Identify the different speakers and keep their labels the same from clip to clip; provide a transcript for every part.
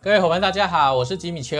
Speaker 1: 各位伙伴，大家好，我是吉米丘。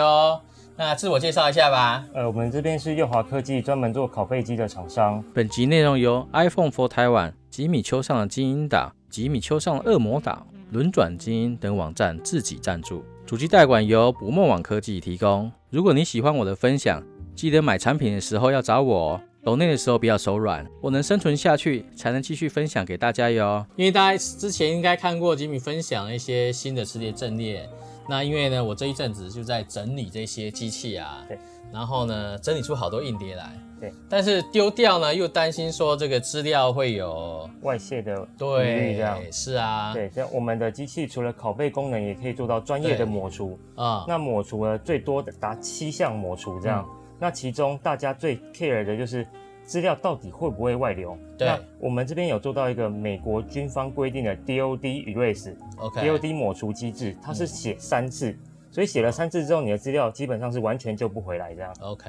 Speaker 1: 那自我介绍一下吧。
Speaker 2: 呃，我们这边是右华科技，专门做拷贝机的厂商。
Speaker 3: 本集内容由 iPhone for Taiwan、吉米丘上的精英岛、吉米丘上的恶魔岛、轮转精英等网站自己赞助，主机代管由捕梦网科技提供。如果你喜欢我的分享，记得买产品的时候要找我哦。抖内的时候不要手软，我能生存下去，才能继续分享给大家哟。
Speaker 1: 因为大家之前应该看过吉米分享一些新的系列阵列，那因为呢，我这一阵子就在整理这些机器啊，
Speaker 2: 对，
Speaker 1: 然后呢，整理出好多硬碟来，
Speaker 2: 对，
Speaker 1: 但是丢掉呢，又担心说这个资料会有，
Speaker 2: 外泄的疑
Speaker 1: 对，
Speaker 2: 虑嗯这样。
Speaker 1: 是啊，，
Speaker 2: 对，这样我们的机器除了拷贝功能，也可以做到专业
Speaker 1: 对
Speaker 2: 的抹除。
Speaker 1: 啊、
Speaker 2: 那抹除了最多的达七项抹除这样。
Speaker 1: 嗯
Speaker 2: 那其中大家最 care 的就是资料到底会不会外流。
Speaker 1: 对
Speaker 2: 那我们这边有做到一个美国军方规定的 DOD erase、
Speaker 1: o k
Speaker 2: DOD 抹除机制，它
Speaker 1: 嗯
Speaker 2: 是写三次，所以写了三次之后，你的资料基本上是完全救不回来这样。
Speaker 1: OK，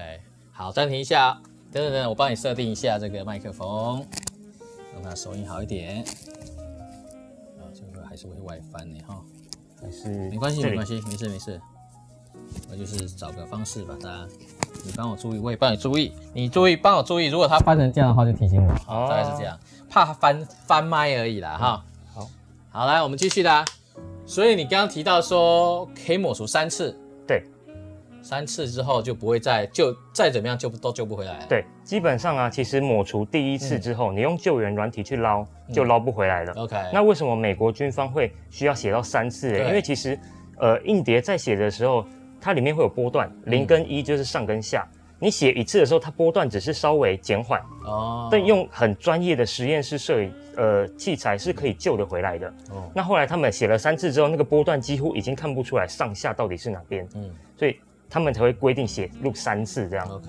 Speaker 1: 好，暂停一下，等等等等，我帮你设定一下这个麦克风，啊让它收音好一点。啊，这个还是会外翻呢哈，
Speaker 2: 还是
Speaker 1: 没关系，
Speaker 2: 这
Speaker 1: 没
Speaker 2: 里
Speaker 1: 关系，没事没事。我就是找个方式把它，你帮我注意，我也帮你注意，你注意帮我注意。如果它翻成这样的话，就提醒我，
Speaker 2: 哦嗯
Speaker 1: 大概是这样，怕它翻翻麦而已啦哈。
Speaker 2: 好，
Speaker 1: 好，来我们继续啦。所以你刚刚提到说可以抹除三次，
Speaker 2: 对，
Speaker 1: 三次之后就不会再就再怎么样就都救不回来了。
Speaker 2: 对，基本上啊，其实抹除第一次
Speaker 1: 嗯
Speaker 2: 之后，你用救援软体去捞，就捞不回来了。
Speaker 1: ，OK，
Speaker 2: 那为什么美国军方会需要写到三次
Speaker 1: 对
Speaker 2: 欸？因为其实，呃，硬碟在写的时候，它里面会有波段，
Speaker 1: 嗯
Speaker 2: 零跟一就是上跟下。你写一次的时候，它波段只是稍微减缓，
Speaker 1: 哦，
Speaker 2: 但用很专业的实验室摄影呃器材是可以救得回来的。
Speaker 1: 哦
Speaker 2: 那后来他们写了三次之后，那个波段几乎已经看不出来上下到底是哪边，
Speaker 1: 嗯哦
Speaker 2: 所以他们才会规定写录三次这样。
Speaker 1: ，OK。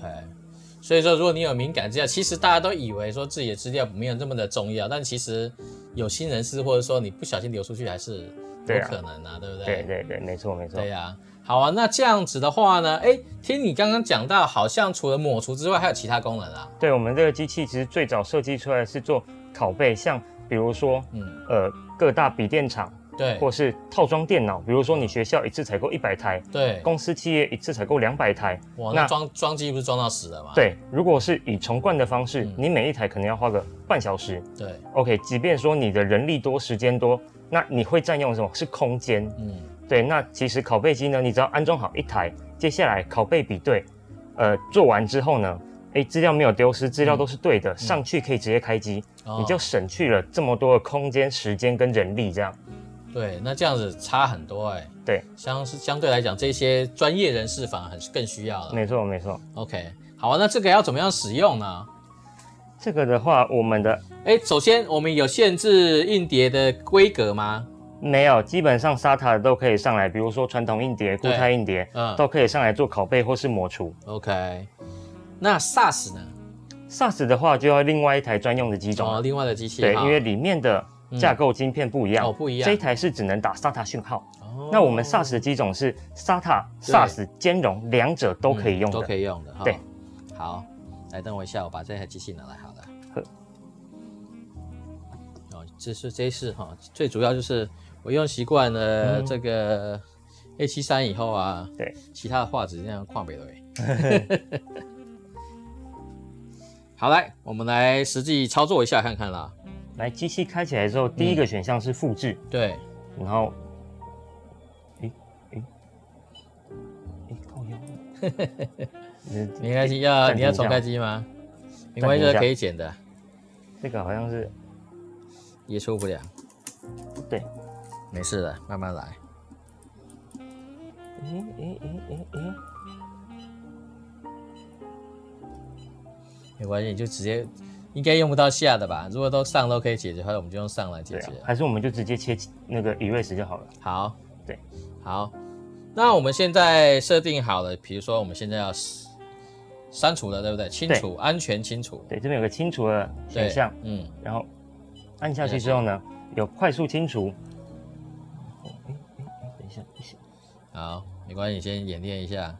Speaker 1: 所以说，如果你有敏感资料，其实大家都以为说自己的资料没有这么的重要，但其实有心人士或者说你不小心流出去，还是有
Speaker 2: 对啊
Speaker 1: 可能啊，对不对？
Speaker 2: 对对对，没错没错。
Speaker 1: 对呀、好啊。那这样子的话呢，哎，听你刚刚讲到，好像除了抹除之外，还有其他功能啊。
Speaker 2: 对我们这个机器，其实最早设计出来是做拷贝，像比如说，
Speaker 1: 嗯，
Speaker 2: 呃，各大笔电厂
Speaker 1: 对
Speaker 2: 或是套装电脑，比如说你学校一次采购一百台，
Speaker 1: 对，
Speaker 2: 公司企业一次采购两百台。
Speaker 1: 哇，那
Speaker 2: 那
Speaker 1: 装装机不是装到死了吗？
Speaker 2: 对，如果是以重灌的方式，
Speaker 1: 嗯
Speaker 2: 你每一台可能要花个半小时。
Speaker 1: 对，
Speaker 2: OK，即便说你的人力多、时间多，那你会占用什么？是空间。
Speaker 1: 嗯，
Speaker 2: 对，那其实拷贝机呢，你只要安装好一台，接下来拷贝比对，呃，做完之后呢，诶，资料没有丢失，资料都是对的，上去可以直接开机，
Speaker 1: 嗯哦
Speaker 2: 你就省去了这么多的空间、时间跟人力，这样。
Speaker 1: 对，那这样子差很多哎、
Speaker 2: 对，
Speaker 1: 相是相对来讲，这些专业人士反而很更需要了。
Speaker 2: 没错，没错。
Speaker 1: OK，好啊，那这个要怎么样使用呢？
Speaker 2: 这个的话，我们的
Speaker 1: 哎，首先我们有限制硬碟的规格吗？
Speaker 2: 没有，基本上 SATA 都可以上来，比如说传统硬碟、固
Speaker 1: 对
Speaker 2: 态硬碟，
Speaker 1: 嗯
Speaker 2: 都可以上来做拷贝或是抹除。
Speaker 1: ，OK。那 SAS 呢？
Speaker 2: SAS 的话，就要另外一台专用的机种了。
Speaker 1: 哦，另外的机器
Speaker 2: 对，
Speaker 1: 哈
Speaker 2: 因为里面的架构晶片不一
Speaker 1: 嗯
Speaker 2: 样，
Speaker 1: 嗯哦不一样
Speaker 2: 这一台是只能打 SATA 讯号，
Speaker 1: 哦
Speaker 2: 那我们 SAS 的机种是 SATA、
Speaker 1: 对
Speaker 2: SAS 兼容，两者都可以用
Speaker 1: 嗯
Speaker 2: 的。
Speaker 1: 都可以用的哈。
Speaker 2: 对，
Speaker 1: 好，来等我一下，我把这台机器拿来好了
Speaker 2: 呵。
Speaker 1: 哦，这是这是哈，最主要就是我用习惯了这个 A 七三以后啊，
Speaker 2: 嗯对，
Speaker 1: 其他的画质这样跨北了欸。 好，来，我们来实际操作一下看看啦。
Speaker 2: 来，机器开起来之后，第
Speaker 1: 嗯
Speaker 2: 一个选项是复制，
Speaker 1: 对，
Speaker 2: 然后，诶诶诶，靠腰，这
Speaker 1: 没关系，要
Speaker 2: 暂停一下
Speaker 1: 你要重开机吗？没关系，这可以剪的，
Speaker 2: 这个好像是
Speaker 1: 也受不了。
Speaker 2: 对，
Speaker 1: 没事的，慢慢来。
Speaker 2: 诶诶诶诶诶，
Speaker 1: 没关系，你就直接应该用不到下的吧？如果都上都可以解决的话，我们就用上来解
Speaker 2: 对
Speaker 1: 决
Speaker 2: 啊。，还是我们就直接切那个 erase 就好了。
Speaker 1: 好，
Speaker 2: 对，
Speaker 1: 好。那我们现在设定好了，比如说我们现在要删删除了，对不对？清除，安全清除。
Speaker 2: 对，这边有个清除的
Speaker 1: 对，
Speaker 2: 选项，
Speaker 1: 嗯，
Speaker 2: 然后按下去之后呢，有快速清除。然后诶诶诶等一下，不行
Speaker 1: 好，没关系，你先演练一下。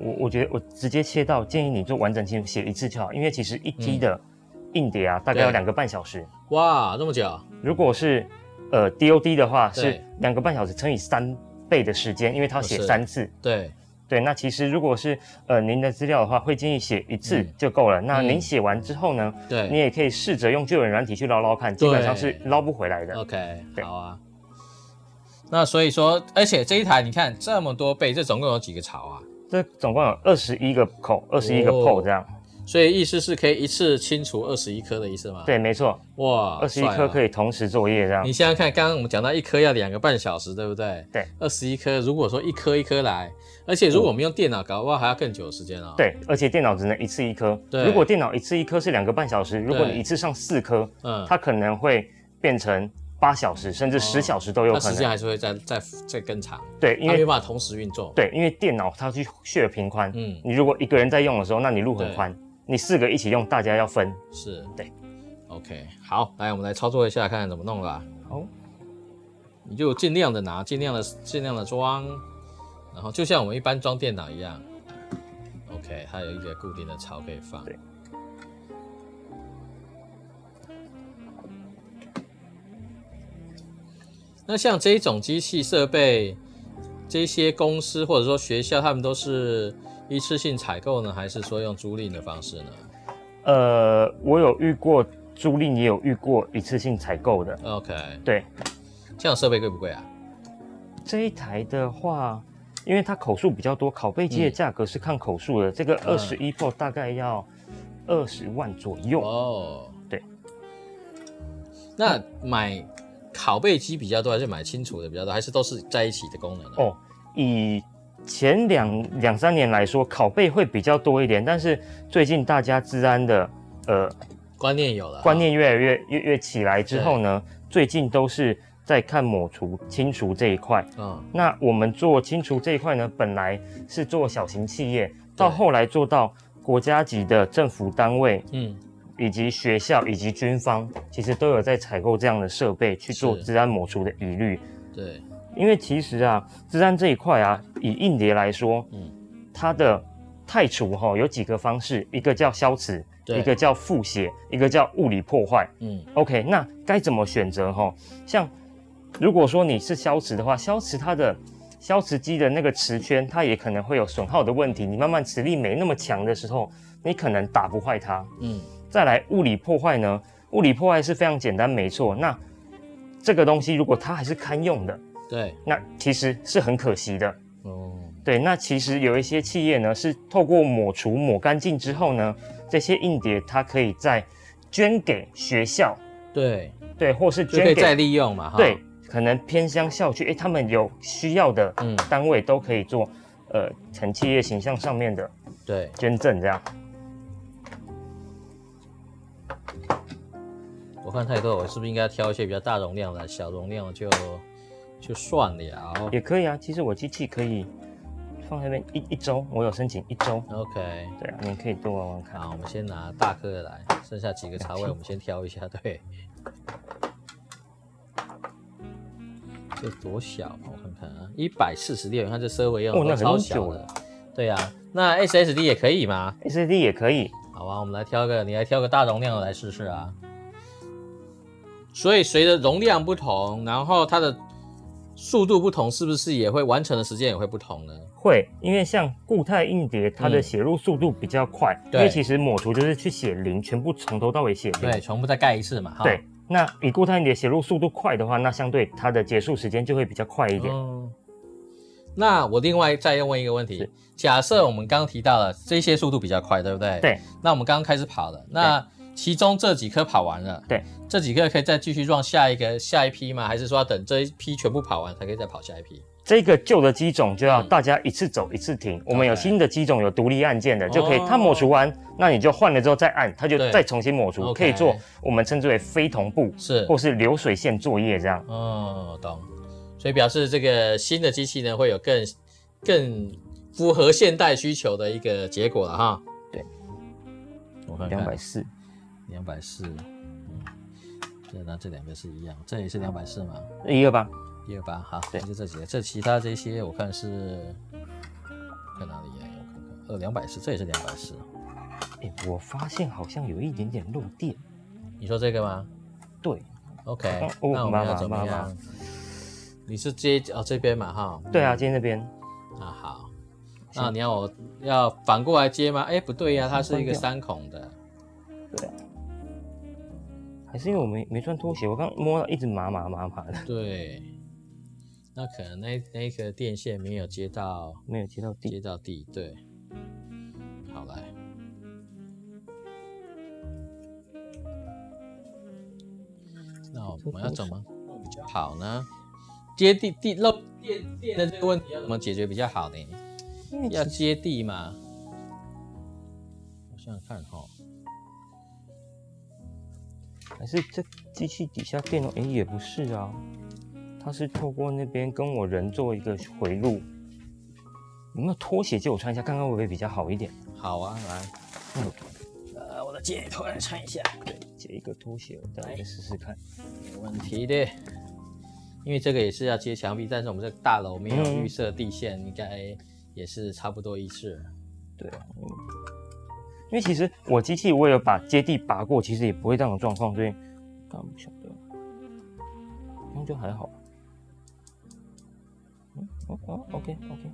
Speaker 2: 我我觉得我直接切到，建议你就完整清写一次就好，因为其实一 T
Speaker 1: 嗯
Speaker 2: 的硬碟啊，大概
Speaker 1: 对
Speaker 2: 要两个半小时。
Speaker 1: 哇，这么久，
Speaker 2: 如果是呃 DOD 的话
Speaker 1: 对哦
Speaker 2: 是两个半小时乘以三倍的时间，因为它要写
Speaker 1: 是
Speaker 2: 三次。
Speaker 1: 对，
Speaker 2: 对，那其实如果是呃您的资料的话，会建议写一次
Speaker 1: 嗯
Speaker 2: 就够了。那
Speaker 1: 嗯
Speaker 2: 您写完之后呢，
Speaker 1: 对，
Speaker 2: 你也可以试着用救援软体去捞捞看，基本上是捞不回来的。
Speaker 1: OK，
Speaker 2: 对
Speaker 1: 好啊。那所以说，而且这一台你看这么多倍，这总共有几个槽啊？
Speaker 2: 这总共有二十一个口，二十一个
Speaker 1: 哦
Speaker 2: PO 这样。
Speaker 1: 所以意思是可以一次清除二十一颗的意思吗？，
Speaker 2: 对，没错，
Speaker 1: 哇，
Speaker 2: 二十一
Speaker 1: 帅
Speaker 2: 颗
Speaker 1: 啊
Speaker 2: 可以同时作业这样
Speaker 1: 你。想想看，刚刚我们讲到一颗要两个半小时，对不对？
Speaker 2: 对，
Speaker 1: 二十一颗，如果说一颗一颗来，而且如果我们用电脑搞，哇，还要更久的时间哦。，
Speaker 2: 对，而且电脑只能一次一颗。
Speaker 1: 对
Speaker 2: 如果电脑一次一颗是两个半小时，如果
Speaker 1: 对
Speaker 2: 你一次上四颗，
Speaker 1: 嗯，
Speaker 2: 它可能会变成八小时甚至
Speaker 1: 哦
Speaker 2: 十小时都有
Speaker 1: 它
Speaker 2: 可
Speaker 1: 时间
Speaker 2: 能。
Speaker 1: 还是会再再再更长，
Speaker 2: 对，
Speaker 1: 它
Speaker 2: 因
Speaker 1: 没
Speaker 2: 为
Speaker 1: 有办法同时运作。
Speaker 2: 对，因为电脑它去血频宽，
Speaker 1: 嗯，
Speaker 2: 你如果一个人在用的时候，那你路很
Speaker 1: 对
Speaker 2: 宽，你四个一起用，大家要分。
Speaker 1: 是，
Speaker 2: 对。
Speaker 1: OK，好，来我们来操作一下，看看怎么弄啦。
Speaker 2: 好，
Speaker 1: 你就尽量的拿，尽量的尽量的装，然后就像我们一般装电脑一样。OK，它有一个固定的槽可以放。
Speaker 2: 对
Speaker 1: 那像这种机器设备，这些公司或者说学校，他们都是一次性采购呢，还是说用租赁的方式呢
Speaker 2: 呃，我有遇过租赁，也有遇过一次性采购的。
Speaker 1: ？OK，
Speaker 2: 对，
Speaker 1: 这样设备贵不贵啊？
Speaker 2: 这一台的话，因为它口数比较多，拷贝机的
Speaker 1: 嗯
Speaker 2: 价格是看口数的。这个二十一 Pro 大概要二十万左右。
Speaker 1: 哦，
Speaker 2: 对。
Speaker 1: 那买拷贝机比较多，还是买清除的比较多，还是都是在一起的功能呢？啊
Speaker 2: 哦，以前两两三年来说，拷贝会比较多一点，但是最近大家治安的呃
Speaker 1: 观念有了，
Speaker 2: 观念越来越越越起来之后呢，最近都是在看抹除、清除这一块。
Speaker 1: 嗯，
Speaker 2: 那我们做清除这一块呢，本来是做小型企业，到后来做到国家级的政府单位，
Speaker 1: 嗯，
Speaker 2: 以及学校以及军方，其实都有在采购这样的设备去做
Speaker 1: 是
Speaker 2: 治安抹除的疑虑。
Speaker 1: 对，
Speaker 2: 因为其实啊，治安这一块啊，以硬碟来说，
Speaker 1: 嗯
Speaker 2: 嗯，它的汰除哈、有几个方式，一个叫消磁，
Speaker 1: 对
Speaker 2: 一个叫复写，一个叫物理破坏。
Speaker 1: 嗯，
Speaker 2: OK，那该怎么选择哈、像如果说你是消磁的话，消磁它的消磁机的那个磁圈，它也可能会有损耗的问题。你慢慢磁力没那么强的时候，你可能打不坏它。
Speaker 1: 嗯，
Speaker 2: 再来物理破坏呢？物理破坏是非常简单，没错。那这个东西如果它还是堪用的，
Speaker 1: 对，
Speaker 2: 那其实是很可惜的。
Speaker 1: 哦，
Speaker 2: 对，那其实有一些企业呢，是透过抹除抹干净之后呢，这些硬碟它可以再捐给学校，
Speaker 1: 对，
Speaker 2: 对，或是
Speaker 1: 就可以
Speaker 2: 捐
Speaker 1: 再
Speaker 2: 给
Speaker 1: 利用嘛，哈，
Speaker 2: 对，可能偏乡校区，诶，他们有需要的呃
Speaker 1: 嗯
Speaker 2: 单位都可以做，呃，成企业形象上面的
Speaker 1: 对，
Speaker 2: 捐赠这样。
Speaker 1: 我看太多，我是不是应该挑一些比较大容量的，小容量就就算了
Speaker 2: 也可以啊。其实我机器可以放那边一一周，我有申请一周。
Speaker 1: ？OK，
Speaker 2: 对啊，你可以多玩玩看。
Speaker 1: 好，我们先拿大颗的来，剩下几个茶位我们先挑一下。对，这多小啊？我看看啊，一百四十六，你看这奢微用
Speaker 2: 哦
Speaker 1: 的都
Speaker 2: 那很
Speaker 1: 超
Speaker 2: 久
Speaker 1: 小的
Speaker 2: 了。
Speaker 1: 对呀、那 SSD 也可以吗？
Speaker 2: SSD 也可以，
Speaker 1: 好吧，我们来挑个，你来挑个大容量的来试试啊。所以随着容量不同，然后它的速度不同，是不是也会完成的时间也会不同呢？
Speaker 2: 会，因为像固态硬碟，它的
Speaker 1: 嗯
Speaker 2: 写入速度比较快，
Speaker 1: 对
Speaker 2: 因为其实抹除就是去写零，全部从头到尾写零。
Speaker 1: 对，全部再盖一次嘛。哈
Speaker 2: 对，那以固态硬碟写入速度快的话，那相对它的结束时间就会比较快一点。
Speaker 1: 哦，那我另外再问一个问题
Speaker 2: 是：
Speaker 1: 假设我们刚刚提到了这些速度比较快，对不对？。
Speaker 2: 对，
Speaker 1: 那我们刚刚开始跑了，那其中这几颗跑完了，
Speaker 2: 对，
Speaker 1: 这几颗可以再继续 run 下一个下一批吗？还是说要等这一批全部跑完才可以再跑下一批？
Speaker 2: 这个旧的机种就要
Speaker 1: 嗯
Speaker 2: 大家一次走一次停。我们
Speaker 1: OK
Speaker 2: 有新的机种有独立按键的，就可以
Speaker 1: 哦
Speaker 2: 它抹除完，那你就换了之后再按，它就
Speaker 1: 对
Speaker 2: 再重新抹除，
Speaker 1: OK
Speaker 2: 可以做我们称之为非同步
Speaker 1: 是，
Speaker 2: 或是流水线作业这样。
Speaker 1: 哦，懂。所以表示这个新的机器呢，会有更更符合现代需求的一个结果了哈。
Speaker 2: 对，
Speaker 1: 我看
Speaker 2: 两
Speaker 1: 看
Speaker 2: 百，四，
Speaker 1: 两百四，嗯，这那这两个是一样，这也是两百四嘛，
Speaker 2: 一二八，
Speaker 1: 一二八，好，
Speaker 2: 对
Speaker 1: 就这几个，这其他这些我看是看哪里呀、我看看，呃，两百四，这也是两百四，
Speaker 2: 哎，我发现好像有一点点漏电。
Speaker 1: 你说这个吗？
Speaker 2: 对，
Speaker 1: OK，、
Speaker 2: 哦哦
Speaker 1: 那我
Speaker 2: 妈
Speaker 1: 们要
Speaker 2: 妈
Speaker 1: 怎么
Speaker 2: 妈
Speaker 1: 样
Speaker 2: 妈？
Speaker 1: 你是接哦这边嘛哈？
Speaker 2: 对啊，今天这边
Speaker 1: 啊好，
Speaker 2: 是
Speaker 1: 那你要我要反过来接吗？哎，不对呀、它是一个
Speaker 2: 关掉
Speaker 1: 三孔的。
Speaker 2: 还是因为我没没穿拖鞋，我刚摸到一直麻麻麻麻的，
Speaker 1: 对，那可能那那个电线没有接到
Speaker 2: 没有接到地。
Speaker 1: 接到地，对。好来，那我们要怎么跑呢？接地地漏电电的这个问题要怎么解决比较好呢？
Speaker 2: 因为
Speaker 1: 要
Speaker 2: 其实
Speaker 1: 接地吗？我想想看哈、
Speaker 2: 还是这机器底下电容，诶，也不是啊，它是透过那边跟我人做一个回路。有没有拖鞋借我穿一下，看看会不会比较好一点？
Speaker 1: 好啊，来，
Speaker 4: 呃，我的借你突然穿一下，
Speaker 2: 借一个拖鞋，我再来试试看。
Speaker 1: 没问题的。因为这个也是要接墙壁，但是我们这个大楼没有
Speaker 2: 嗯
Speaker 1: 预设地线，应该也是差不多一致。
Speaker 2: 对啊，嗯因为其实我机器我有把接地拔过，其实也不会这种状况，所以但不晓得，那就还好。嗯，哦哦，OK OK，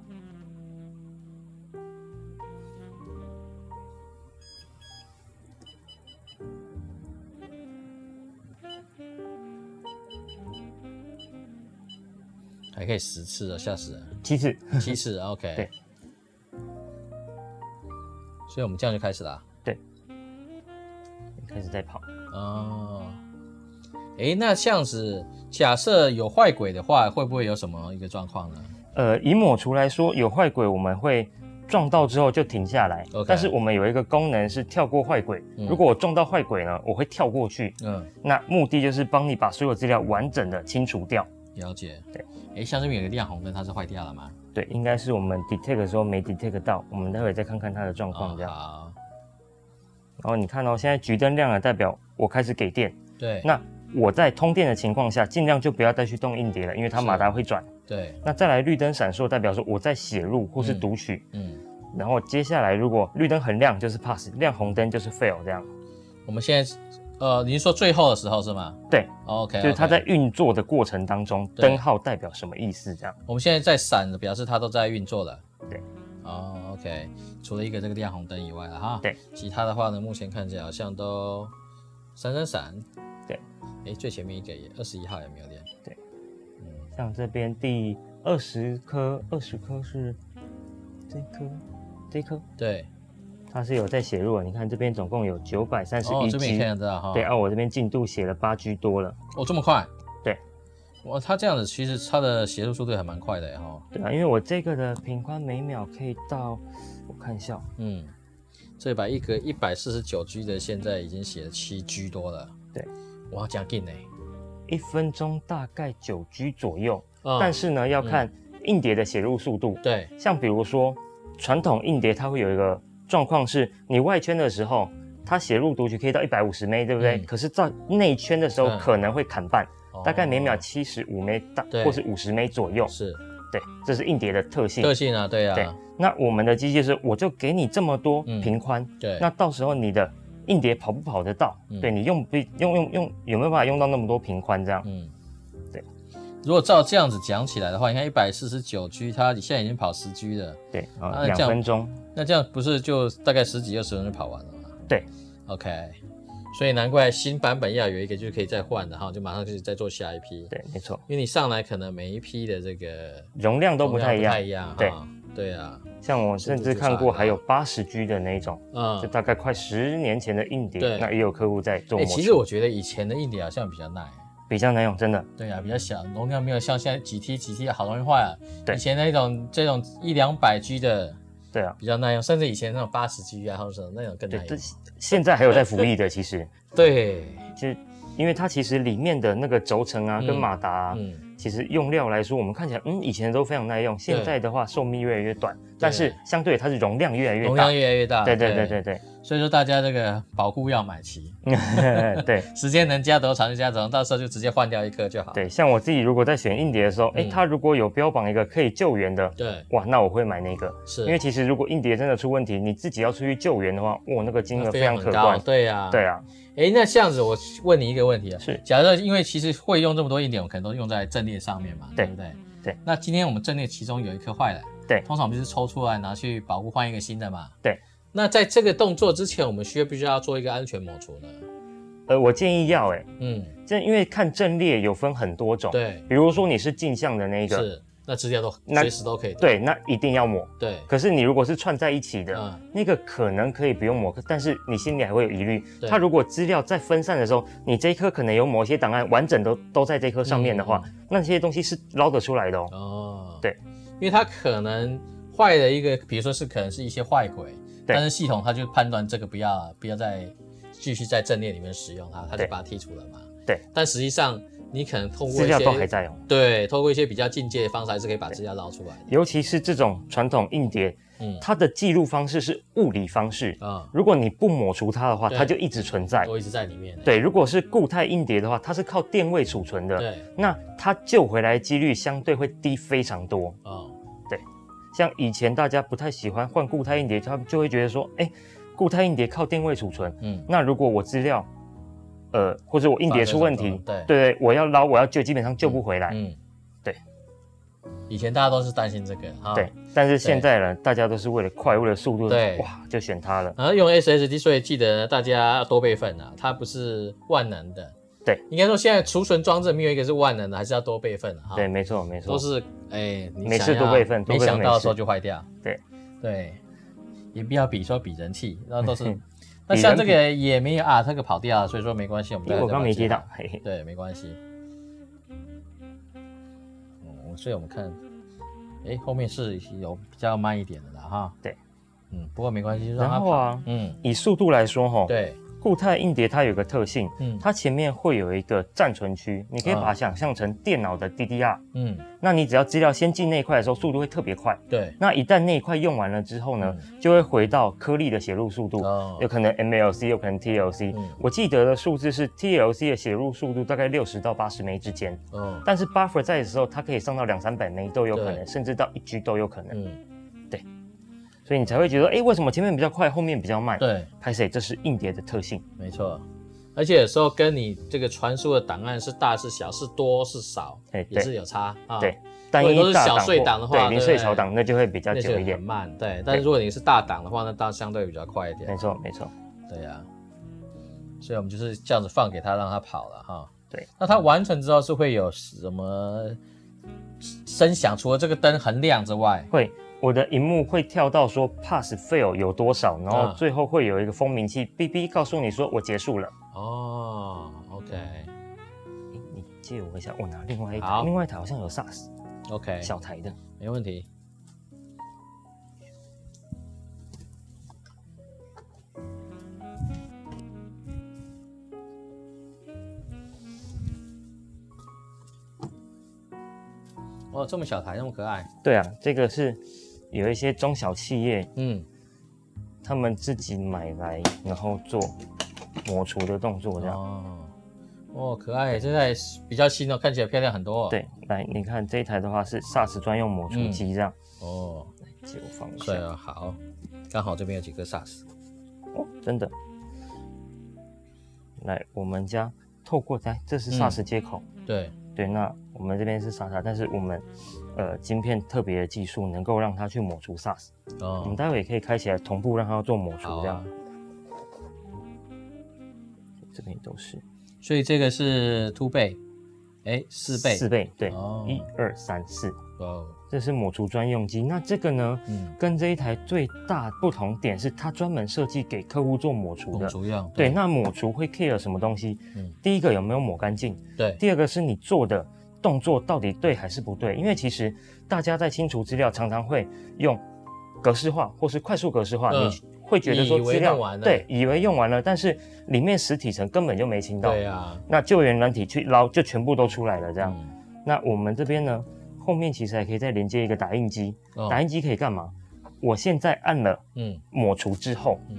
Speaker 1: 还可以十次了，吓死人！
Speaker 2: 其次
Speaker 1: 七次，OK。
Speaker 2: 对。
Speaker 1: 所以我们这样就开始了啊。
Speaker 2: 开始在跑，
Speaker 1: 哦。诶，那这样子，假设有坏鬼的话，会不会有什么一个状况呢？
Speaker 2: 呃，以抹除来说，有坏鬼我们会撞到之后就停下来
Speaker 1: OK
Speaker 2: 但是我们有一个功能是跳过坏鬼。
Speaker 1: 嗯
Speaker 2: 如果我撞到坏鬼呢，我会跳过去，
Speaker 1: 嗯，
Speaker 2: 那目的就是帮你把所有资料完整的清除掉。
Speaker 1: 了解。
Speaker 2: 对。
Speaker 1: 诶，像这边有个亮红灯，它是坏掉了吗？
Speaker 2: 对，应该是我们 detect 的时候没 detect 到，我们待会再看看它的状况这样。
Speaker 1: 哦好。
Speaker 2: 然后你看哦，现在橘灯亮了，代表我开始给电。
Speaker 1: 对。
Speaker 2: 那我在通电的情况下，尽量就不要再去动硬碟了，因为它
Speaker 1: 是
Speaker 2: 马达会转。
Speaker 1: 对，
Speaker 2: 那再来绿灯闪烁，代表说我在写入或是
Speaker 1: 嗯
Speaker 2: 读取。
Speaker 1: 嗯，
Speaker 2: 然后接下来如果绿灯很亮就是 pass，亮红灯就是 fail 这样。
Speaker 1: 我们现在是，呃，您说最后的时候是吗
Speaker 2: 对，
Speaker 1: ？OK，
Speaker 2: 就是它在运作的过程当中，
Speaker 1: 对
Speaker 2: 灯号代表什么意思这样？
Speaker 1: 我们现在在闪，表示它都在运作了。
Speaker 2: 对。
Speaker 1: 哦，OK，除了一个这个亮红灯以外了哈。
Speaker 2: 对。
Speaker 1: 其他的话呢，目前看起来好像都闪闪闪。
Speaker 2: 对。
Speaker 1: 哎，最前面一个也二十一号也没有亮。
Speaker 2: 对。
Speaker 1: 嗯，
Speaker 2: 像这边第二十颗，二十颗是这颗，这颗
Speaker 1: 对。
Speaker 2: 它是有在写入的。你看这边总共有九百三十
Speaker 1: 哦
Speaker 2: 一，
Speaker 1: 这边也
Speaker 2: G，、
Speaker 1: 看得到哈。
Speaker 2: 对，啊，我这边进度写了八 G 多了。
Speaker 1: 哦，这么快。
Speaker 2: 对。
Speaker 1: 哇，它这样子其实它的协助速度还蛮快的哈。
Speaker 2: 对啊，因为我这个的平宽每秒可以到，我看一下哦，
Speaker 1: 嗯，这把一个一百四十九 G 的现在已经写了七 G 多了。
Speaker 2: 对，
Speaker 1: 哇，加劲呢。
Speaker 2: 一分钟大概九 G 左右，
Speaker 1: 嗯
Speaker 2: 但是呢要看硬碟的写入速度。
Speaker 1: 对
Speaker 2: 像比如说传统硬碟，它会有一个状况是，你外圈的时候，它写入读取可以到一百五十 M，对不对？
Speaker 1: 嗯
Speaker 2: 可是到内圈的时候
Speaker 1: 嗯
Speaker 2: 可能会砍半，
Speaker 1: 哦
Speaker 2: 大概每秒七十五 M 大
Speaker 1: 对
Speaker 2: 或是五十 M 左右。
Speaker 1: 是
Speaker 2: 对，这是硬碟的特性。
Speaker 1: 特性啊，对
Speaker 2: 嗯对
Speaker 1: 啊，，
Speaker 2: 那我们的机器是，我就给你这么多
Speaker 1: 嗯
Speaker 2: 频宽，
Speaker 1: 对，
Speaker 2: 那到时候你的硬碟跑不跑得到？
Speaker 1: 嗯
Speaker 2: 对你用不用用用有没有办法用到那么多频宽这样？
Speaker 1: 嗯，
Speaker 2: 对。
Speaker 1: 如果照这样子讲起来的话，你看一百四十九 G，它现在已经跑十 G 了，
Speaker 2: 对，
Speaker 1: 啊
Speaker 2: 啊，
Speaker 1: 那
Speaker 2: 两
Speaker 1: 这样
Speaker 2: 分钟，
Speaker 1: 那这样不是就大概十几二十分钟就跑完了吗？
Speaker 2: 对
Speaker 1: ，OK，所以难怪新版本要有一个就是可以再换的哈，就马上就再做下一批，
Speaker 2: 对，没错，
Speaker 1: 因为你上来可能每一批的这个
Speaker 2: 容量都不太一
Speaker 1: 容
Speaker 2: 样。
Speaker 1: 量不太一样，
Speaker 2: 对
Speaker 1: 哈，对啊，
Speaker 2: 像我甚至看过还有八十 G 的那一种，就
Speaker 1: 嗯，
Speaker 2: 大概快十年前的硬碟
Speaker 1: 对，
Speaker 2: 那也有客户在做
Speaker 1: 哎，
Speaker 2: 模
Speaker 1: 其
Speaker 2: 拟
Speaker 1: 实，我觉得以前的硬碟好像比较耐。
Speaker 2: 比较难用，真的。
Speaker 1: 对啊，比较小，容量没有像现在几 T 几 T 好容易坏啊。
Speaker 2: 对
Speaker 1: 以前那种这种一两百 G 的
Speaker 2: 对啊，
Speaker 1: 比较耐用，甚至以前那种八十 G 啊，或者什么那种更
Speaker 2: 对
Speaker 1: 耐，
Speaker 2: 这
Speaker 1: 用。
Speaker 2: 现在还有在服役的，其实
Speaker 1: 对，
Speaker 2: 就是因为它其实里面的那个轴承啊，
Speaker 1: 嗯
Speaker 2: 跟马达啊，
Speaker 1: 嗯，
Speaker 2: 其实用料来说，我们看起来，嗯，以前都非常耐用，现在的话寿命越来越短，但是相对它是容量越来越
Speaker 1: 容
Speaker 2: 大
Speaker 1: 量。越来越大。
Speaker 2: 对对对对对，
Speaker 1: 所以说大家这个保护要买齐，
Speaker 2: 对
Speaker 1: 时间能加多长就加多长，到时候就直接换掉一颗就好。
Speaker 2: 对，像我自己如果在选硬碟的时候，哎、
Speaker 1: 嗯
Speaker 2: 它如果有标榜一个可以救援的，
Speaker 1: 对，
Speaker 2: 哇，那我会买那个，
Speaker 1: 是
Speaker 2: 因为其实如果硬碟真的出问题，你自己要出去救援的话，哇，那个金
Speaker 1: 那
Speaker 2: 额
Speaker 1: 费
Speaker 2: 非
Speaker 1: 用
Speaker 2: 常
Speaker 1: 很
Speaker 2: 可
Speaker 1: 高
Speaker 2: 观。
Speaker 1: 对呀、
Speaker 2: 对啊，
Speaker 1: 哎，那这样子，我问你一个问题啊，
Speaker 2: 是
Speaker 1: 假设因为其实会用这么多硬点，我可能都用在阵列上面嘛，
Speaker 2: 对
Speaker 1: 不对？
Speaker 2: 对。
Speaker 1: 那今天我们阵列其中有一颗坏了，
Speaker 2: 对
Speaker 1: 通常不是抽出来拿去保护换一个新的嘛？
Speaker 2: 对。
Speaker 1: 那在这个动作之前，我们需要必须要做一个安全抹除呢？
Speaker 2: 呃，我建议要哎、
Speaker 1: 嗯，
Speaker 2: 这因为看阵列有分很多种，，
Speaker 1: 对，
Speaker 2: 比如说你是镜像的那一个，
Speaker 1: 是。那资料都
Speaker 2: 那
Speaker 1: 随时都可以
Speaker 2: 对，那一定要抹。
Speaker 1: 对，
Speaker 2: 可是你如果是串在一起的，
Speaker 1: 嗯，
Speaker 2: 那个可能可以不用抹，可但是你心里还会有疑虑。
Speaker 1: 对
Speaker 2: 它如果资料在分散的时候，你这一颗可能有某些档案完整都都在这颗上面的
Speaker 1: 嗯
Speaker 2: 话，那些东西是捞得出来的哦。
Speaker 1: 哦，
Speaker 2: 对，
Speaker 1: 因为它可能坏了一个，比如说是可能是一些坏鬼，
Speaker 2: 对
Speaker 1: 但是系统它就判断这个不要不要再继续在阵列里面使用它，它就
Speaker 2: 对
Speaker 1: 把它剔除了嘛。
Speaker 2: 对，
Speaker 1: 但实际上你可能通过
Speaker 2: 资
Speaker 1: 嗯一
Speaker 2: 料都还
Speaker 1: 些
Speaker 2: 在哦，
Speaker 1: 对，通过一些比较进阶的方式，还是可以把资料捞出来的。
Speaker 2: 尤其是这种传统硬碟，
Speaker 1: 嗯
Speaker 2: 它的记录方式是物理方式。
Speaker 1: 啊，
Speaker 2: 如果你不抹除它的话，
Speaker 1: 对
Speaker 2: 它就一直存在。
Speaker 1: 都一直在里面。
Speaker 2: 对，如果是固态硬碟的话，它是靠电位储存的，
Speaker 1: 对，
Speaker 2: 那它救回来的几率相对会低非常多。
Speaker 1: 哦，
Speaker 2: 像以前大家不太喜欢换固态硬碟，他们就会觉得说，哎、固态硬碟靠定位储存，
Speaker 1: 嗯，
Speaker 2: 那如果我资料，呃，或者我硬碟出问
Speaker 1: 放
Speaker 2: 题，
Speaker 1: 在手上
Speaker 2: 对我要捞，我要救，基本上救不回来。
Speaker 1: 嗯，
Speaker 2: 哎对。
Speaker 1: 以前大家都是担心这个啊，
Speaker 2: 对，但是现在呢，大家都是为了快，为了速度，
Speaker 1: 对
Speaker 2: 哇，就选它了。
Speaker 1: 然后用 SSD，所以记得大家要多备份啊，它不是万能的。
Speaker 2: 对，
Speaker 1: 应该说现在储存装置没有一个是万能的，还是要多备份啊。
Speaker 2: 对，，没错，没错
Speaker 1: 都，是哎，你
Speaker 2: 没事
Speaker 1: 想要
Speaker 2: 多备份多
Speaker 1: 没
Speaker 2: 备份
Speaker 1: 想到的
Speaker 2: 没事
Speaker 1: 时候就坏掉。
Speaker 2: 对。
Speaker 1: 对，也不要比说比人气，那都是那像这个也没有啊，这个跑掉了，所以说没关系，我们
Speaker 2: 因
Speaker 1: 大家
Speaker 2: 为我刚没接到，
Speaker 1: 再
Speaker 2: 嘿嘿，
Speaker 1: 把它接好。对，啊没关系。嗯，所以我们看，哎，后面是有比较慢一点的了哈。
Speaker 2: 对，
Speaker 1: 嗯，不过没关系， 就让它
Speaker 2: 然后
Speaker 1: 跑。
Speaker 2: 啊，
Speaker 1: 嗯，
Speaker 2: 以速度来说，哈，
Speaker 1: 对，
Speaker 2: 固态硬碟它有个特性，
Speaker 1: 嗯
Speaker 2: 它前面会有一个暂存区，你可以把
Speaker 1: 啊
Speaker 2: 它想象成电脑的 DDR，、
Speaker 1: 嗯，
Speaker 2: 那你只要资料先进那一块的时候，速度会特别快。
Speaker 1: 对，
Speaker 2: 那一旦那一块用完了之后呢，就会回到颗粒的写入速度，
Speaker 1: 嗯哦
Speaker 2: 有可能 MLC，有可能 TLC。
Speaker 1: 嗯
Speaker 2: 我记得的数字是 TLC 的写入速度大概六十到八十枚之间，
Speaker 1: 哦，
Speaker 2: 但是 buffer 在的时候，它可以上到两三百枚都有可
Speaker 1: 对
Speaker 2: 能，甚至到一 G 都有可能。
Speaker 1: 嗯，
Speaker 2: 所以你才会觉得，哎、为什么前面比较快，后面比较慢？，
Speaker 1: 对，
Speaker 2: 拍谁？这是硬碟的特性。
Speaker 1: 没错。而且有时候跟你这个传输的档案是大是小，是多是少，
Speaker 2: 哎对
Speaker 1: 也是有差啊。
Speaker 2: 对，单一
Speaker 1: 如果都是
Speaker 2: 大
Speaker 1: 小
Speaker 2: 档
Speaker 1: 碎
Speaker 2: 或
Speaker 1: 档的话
Speaker 2: 对零碎
Speaker 1: 对
Speaker 2: 小档那就会比较
Speaker 1: 那就
Speaker 2: 久一
Speaker 1: 很
Speaker 2: 点。
Speaker 1: 慢。对，但是如果你是大档的话，那当然相对比较快一
Speaker 2: 没
Speaker 1: 点。
Speaker 2: 错，没错。
Speaker 1: 对呀、所以我们就是这样子放给他，让他跑了哈。
Speaker 2: 对，
Speaker 1: 那它完成之后是会有什么声响？除了这个灯很亮之外，
Speaker 2: 会，我的荧幕会跳到说 pass fail 有多少，然后
Speaker 1: 嗯
Speaker 2: 最后会有一个蜂鸣器哔哔告诉你说我结束了。
Speaker 1: 哦，OK
Speaker 2: 诶你借我一下，哦我拿另外一
Speaker 1: 好
Speaker 2: 台，另外一台好像有 SARS
Speaker 1: OK，
Speaker 2: 小台的，
Speaker 1: 没问题。哦，这么小台，那么可爱。
Speaker 2: 对啊，这个是有一些中小企业
Speaker 1: 嗯，
Speaker 2: 他们自己买来，然后做抹除的动作这样。
Speaker 1: 哦，哦，可爱，现在比较新哦，看起来漂亮很多、哦。，
Speaker 2: 对，来，你看这一台的话是 SARS 专用抹除机这样，
Speaker 1: 哦，
Speaker 2: 借我放一下
Speaker 1: 对，啊，好，刚好这边有几个 SARS。
Speaker 2: 哦，真的。来，我们家透过来，这是
Speaker 1: 嗯
Speaker 2: SARS 接口，
Speaker 1: 对，
Speaker 2: 对，那我们这边是 SATA，但是我们呃晶片特别的技术能够让它去抹除 SAS，、我们
Speaker 1: 哦，
Speaker 2: 待会也可以开起来同步让它做抹除，
Speaker 1: 好
Speaker 2: 嗯这样、
Speaker 1: 啊。
Speaker 2: 这边也都是
Speaker 1: 所以这个是 two 倍，哎，四倍，
Speaker 2: 四倍，对
Speaker 1: 哦，
Speaker 2: 一二三四，
Speaker 1: 哦，
Speaker 2: 这是抹除专用机。那这个呢，
Speaker 1: 嗯，
Speaker 2: 跟这一台最大不同点是它专门设计给客户做抹除
Speaker 1: 拱
Speaker 2: 的。
Speaker 1: 足样。
Speaker 2: 对，那抹除会 care 什么东西？
Speaker 1: 嗯
Speaker 2: 第一个有没有抹干净？
Speaker 1: 对，
Speaker 2: 第二个是你做的动作到底对还是不对，因为其实大家在清除资料常常会用格式化或是快速格式化，
Speaker 1: 嗯
Speaker 2: 你会觉得说
Speaker 1: 以为
Speaker 2: 资料
Speaker 1: 用完了
Speaker 2: 对，以为用完了，但是里面实体层根本就没清到。
Speaker 1: 对啊嗯呀，
Speaker 2: 那救援软体去捞就全部都出来了，这
Speaker 1: 这
Speaker 2: 样。那我们这边呢，后面其实还可以再连接一个打印机，
Speaker 1: 哦
Speaker 2: 打印机可以干嘛？我现在按了
Speaker 1: 嗯
Speaker 2: 抹除之后，
Speaker 1: 嗯，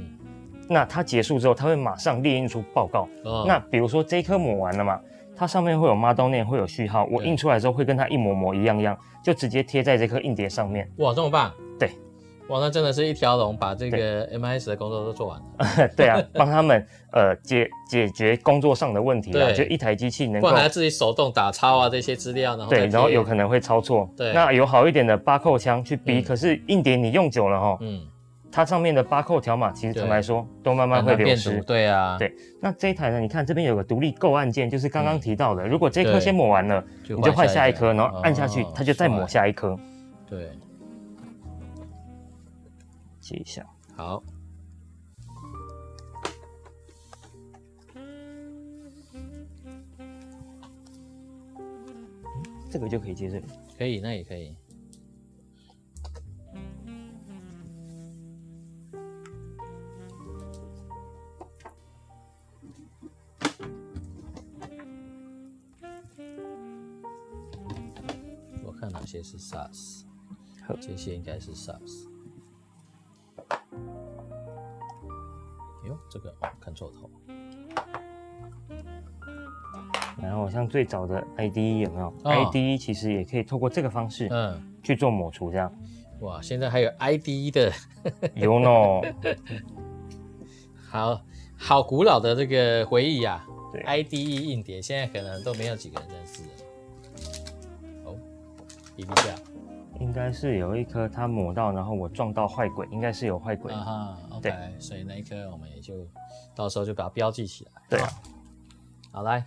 Speaker 2: 那它结束之后，它会马上列印出报告。
Speaker 1: 嗯
Speaker 2: 那比如说这一颗抹完了嘛，它上面会有 model name，会有序号，我
Speaker 1: 对
Speaker 2: 印出来之后会跟它一模模一样样，就直接贴在这颗硬碟 上面。
Speaker 1: 哇，这么棒！
Speaker 2: 对，
Speaker 1: 哇，那真的是一条龙把这个 MIS 的工作都做完了，
Speaker 2: 对啊，帮他们呃解解决工作上的问题啦，
Speaker 1: 对
Speaker 2: 就一台机器能
Speaker 1: 不
Speaker 2: 够
Speaker 1: 然还要自己手动打抄啊这些资料，然后
Speaker 2: 对，
Speaker 1: 再
Speaker 2: 然后
Speaker 1: 贴
Speaker 2: 有可能会抄错。
Speaker 1: 对
Speaker 2: 那有好一点的八扣枪去逼，
Speaker 1: 嗯
Speaker 2: 可是硬碟你用久了哈，
Speaker 1: 嗯，
Speaker 2: 它上面的八扣条码其实
Speaker 1: 对
Speaker 2: 坦白说都慢
Speaker 1: 慢
Speaker 2: 慢会
Speaker 1: 慢
Speaker 2: 流
Speaker 1: 变毒，
Speaker 2: 失。
Speaker 1: 对啊，
Speaker 2: 对那这一台呢？你看这边有个独立购按键，就是刚刚提到的，如果这颗
Speaker 1: 嗯对
Speaker 2: 先抹完了，你就换下一颗，
Speaker 1: 个
Speaker 2: 然后按下去，
Speaker 1: 哦
Speaker 2: 它就再抹
Speaker 1: 帅
Speaker 2: 下一颗。
Speaker 1: 对，
Speaker 2: 记一下。
Speaker 1: 好，
Speaker 2: 这个就可以接这里。
Speaker 1: 可以，那也可以。我看哪些是 SARS，
Speaker 2: 好
Speaker 1: 这些应该是 SARS。哟，这个哦，看错头。
Speaker 2: 然后像最早的 IDE 有没有、
Speaker 1: 哦
Speaker 2: i d e 其实也可以透过这个方式
Speaker 1: 嗯，
Speaker 2: 去做抹除，这样。
Speaker 1: 哇，现在还有 IDE 的，
Speaker 2: 有 no，
Speaker 1: 好好古老的这个回忆呀、
Speaker 2: 对
Speaker 1: IDE 硬碟，现在可能都没有几个人认识了。哦，比比价
Speaker 2: 应该是有一颗它抹到，然后我撞到坏轨，应该是有坏轨。
Speaker 1: 啊哈
Speaker 2: 对
Speaker 1: ，OK，所以那一颗我们也就到时候就把它标记起来。
Speaker 2: 对啊，
Speaker 1: 好来，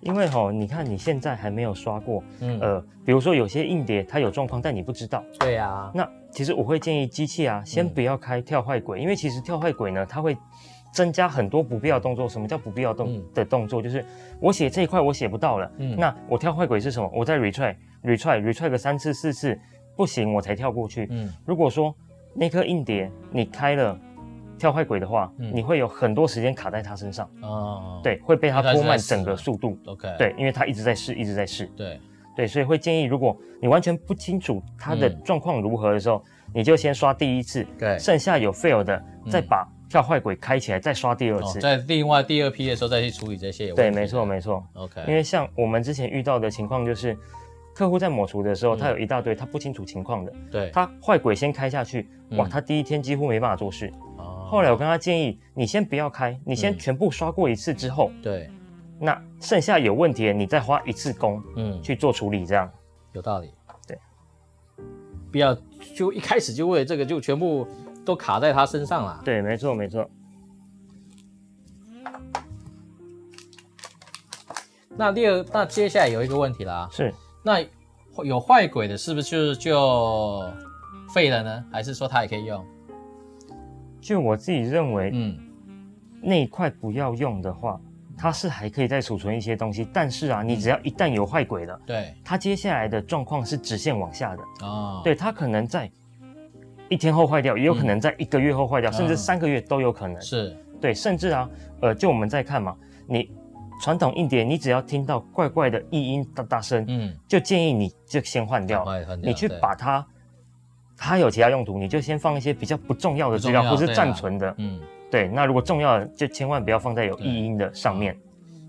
Speaker 2: 因为吼、你看你现在还没有刷过，
Speaker 1: 嗯，
Speaker 2: 呃，比如说有些硬碟它有状况，但你不知道。
Speaker 1: 对啊，
Speaker 2: 那其实我会建议机器啊，先
Speaker 1: 嗯
Speaker 2: 不要开跳坏轨，因为其实跳坏轨呢，它会增加很多不必要动作。什么叫不必要动、
Speaker 1: 嗯
Speaker 2: 的动作？就是我写这一块我写不到了，
Speaker 1: 嗯
Speaker 2: 那我跳坏轨是什么？我再 retry retry retry 个三次四次，不行我才跳过去。
Speaker 1: 嗯
Speaker 2: 如果说那颗硬碟你开了跳坏轨的话，
Speaker 1: 嗯
Speaker 2: 你会有很多时间卡在它身上，
Speaker 1: 哦，
Speaker 2: 对，会被它
Speaker 1: 因为它
Speaker 2: 拖
Speaker 1: 一直在
Speaker 2: 慢
Speaker 1: 试
Speaker 2: 整个
Speaker 1: 嘛
Speaker 2: 速度。
Speaker 1: ，OK，
Speaker 2: 对，因为它一直在试，一直在试。
Speaker 1: 对，
Speaker 2: 对，所以会建议，如果你完全不清楚它的
Speaker 1: 嗯
Speaker 2: 状况如何的时候，你就先刷第一次，
Speaker 1: 对
Speaker 2: 剩下有 fail 的，
Speaker 1: 嗯
Speaker 2: 再把跳坏轨开起来，再刷第二
Speaker 1: 哦
Speaker 2: 次。，
Speaker 1: 在另外第二批的时候再去处理这些有
Speaker 2: 对，
Speaker 1: 问题的。
Speaker 2: 没错，没错。因
Speaker 1: ，OK，
Speaker 2: 为像我们之前遇到的情况就是，客户在抹除的时候，
Speaker 1: 嗯
Speaker 2: 他有一大堆他不清楚情况的，
Speaker 1: 对，
Speaker 2: 他坏轨先开下去，哇，
Speaker 1: 嗯
Speaker 2: 他第一天几乎没办法做事。
Speaker 1: 哦
Speaker 2: 后来我跟他建议，你先不要开，你先
Speaker 1: 嗯
Speaker 2: 全部刷过一次之后，
Speaker 1: 对，
Speaker 2: 那剩下有问题的你再花一次工
Speaker 1: 嗯，
Speaker 2: 去做处理，这样。
Speaker 1: 有道理。
Speaker 2: 对，
Speaker 1: 不要就一开始就为了这个就全部都卡在他身上啦。
Speaker 2: 对，没错，没错。
Speaker 1: 那第二，那接下来有一个问题啦，
Speaker 2: 是，
Speaker 1: 那有坏鬼的，是不是就是就废了呢？还是说他也可以用？
Speaker 2: 就我自己认为，
Speaker 1: 嗯，
Speaker 2: 那一块不要用的话，它是还可以再储存一些东西。但是啊，
Speaker 1: 嗯
Speaker 2: 你只要一旦有坏轨了，
Speaker 1: 对，
Speaker 2: 它接下来的状况是直线往下的。
Speaker 1: 哦，
Speaker 2: 对，它可能在一天后坏掉，也有可能在一个月后坏掉，
Speaker 1: 嗯
Speaker 2: 甚至三个月都有可能。
Speaker 1: 是，
Speaker 2: 对，甚至啊，呃，就我们在看嘛，你传统硬碟，你只要听到怪怪的异音哒哒声，
Speaker 1: 嗯，
Speaker 2: 就建议你就先换掉，
Speaker 1: 赶快换掉
Speaker 2: 你去
Speaker 1: 对
Speaker 2: 把它。它有其他用途，你就先放一些比较不重要的资料，
Speaker 1: 不重要
Speaker 2: 或是
Speaker 1: 对啊
Speaker 2: 暂存的。
Speaker 1: 嗯，
Speaker 2: 对，那如果重要的就千万不要放在有意音的上面，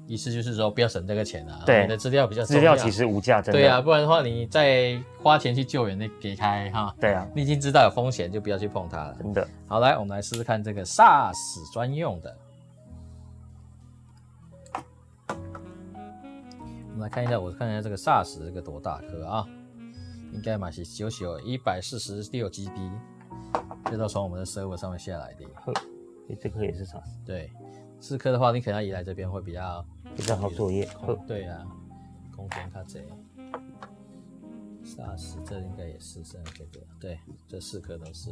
Speaker 1: 意思就是说不要省这个钱啊，
Speaker 2: 对
Speaker 1: 你的资料比较重
Speaker 2: 资料其实无价，真的。
Speaker 1: 对啊，，不然的话你再花钱去救援那给开哈，
Speaker 2: 对啊，
Speaker 1: 你已经知道有风险，就不要去碰它了。
Speaker 2: 真的。
Speaker 1: 好，来，我们来试试看这个 SARS 专用的。我们来看一下，我看一下这个 SARS 这个多大颗啊？应该嘛是九九一百四十六 GB，这都从我们的 server 上面下来的。
Speaker 2: 诶这个也是啥？
Speaker 1: 对，四颗的话，你可能要移来这边会比较
Speaker 2: 比较好作业。呵
Speaker 1: 对啊，空间它贼。SARS 这应该也是这样这个，对，这四颗都是。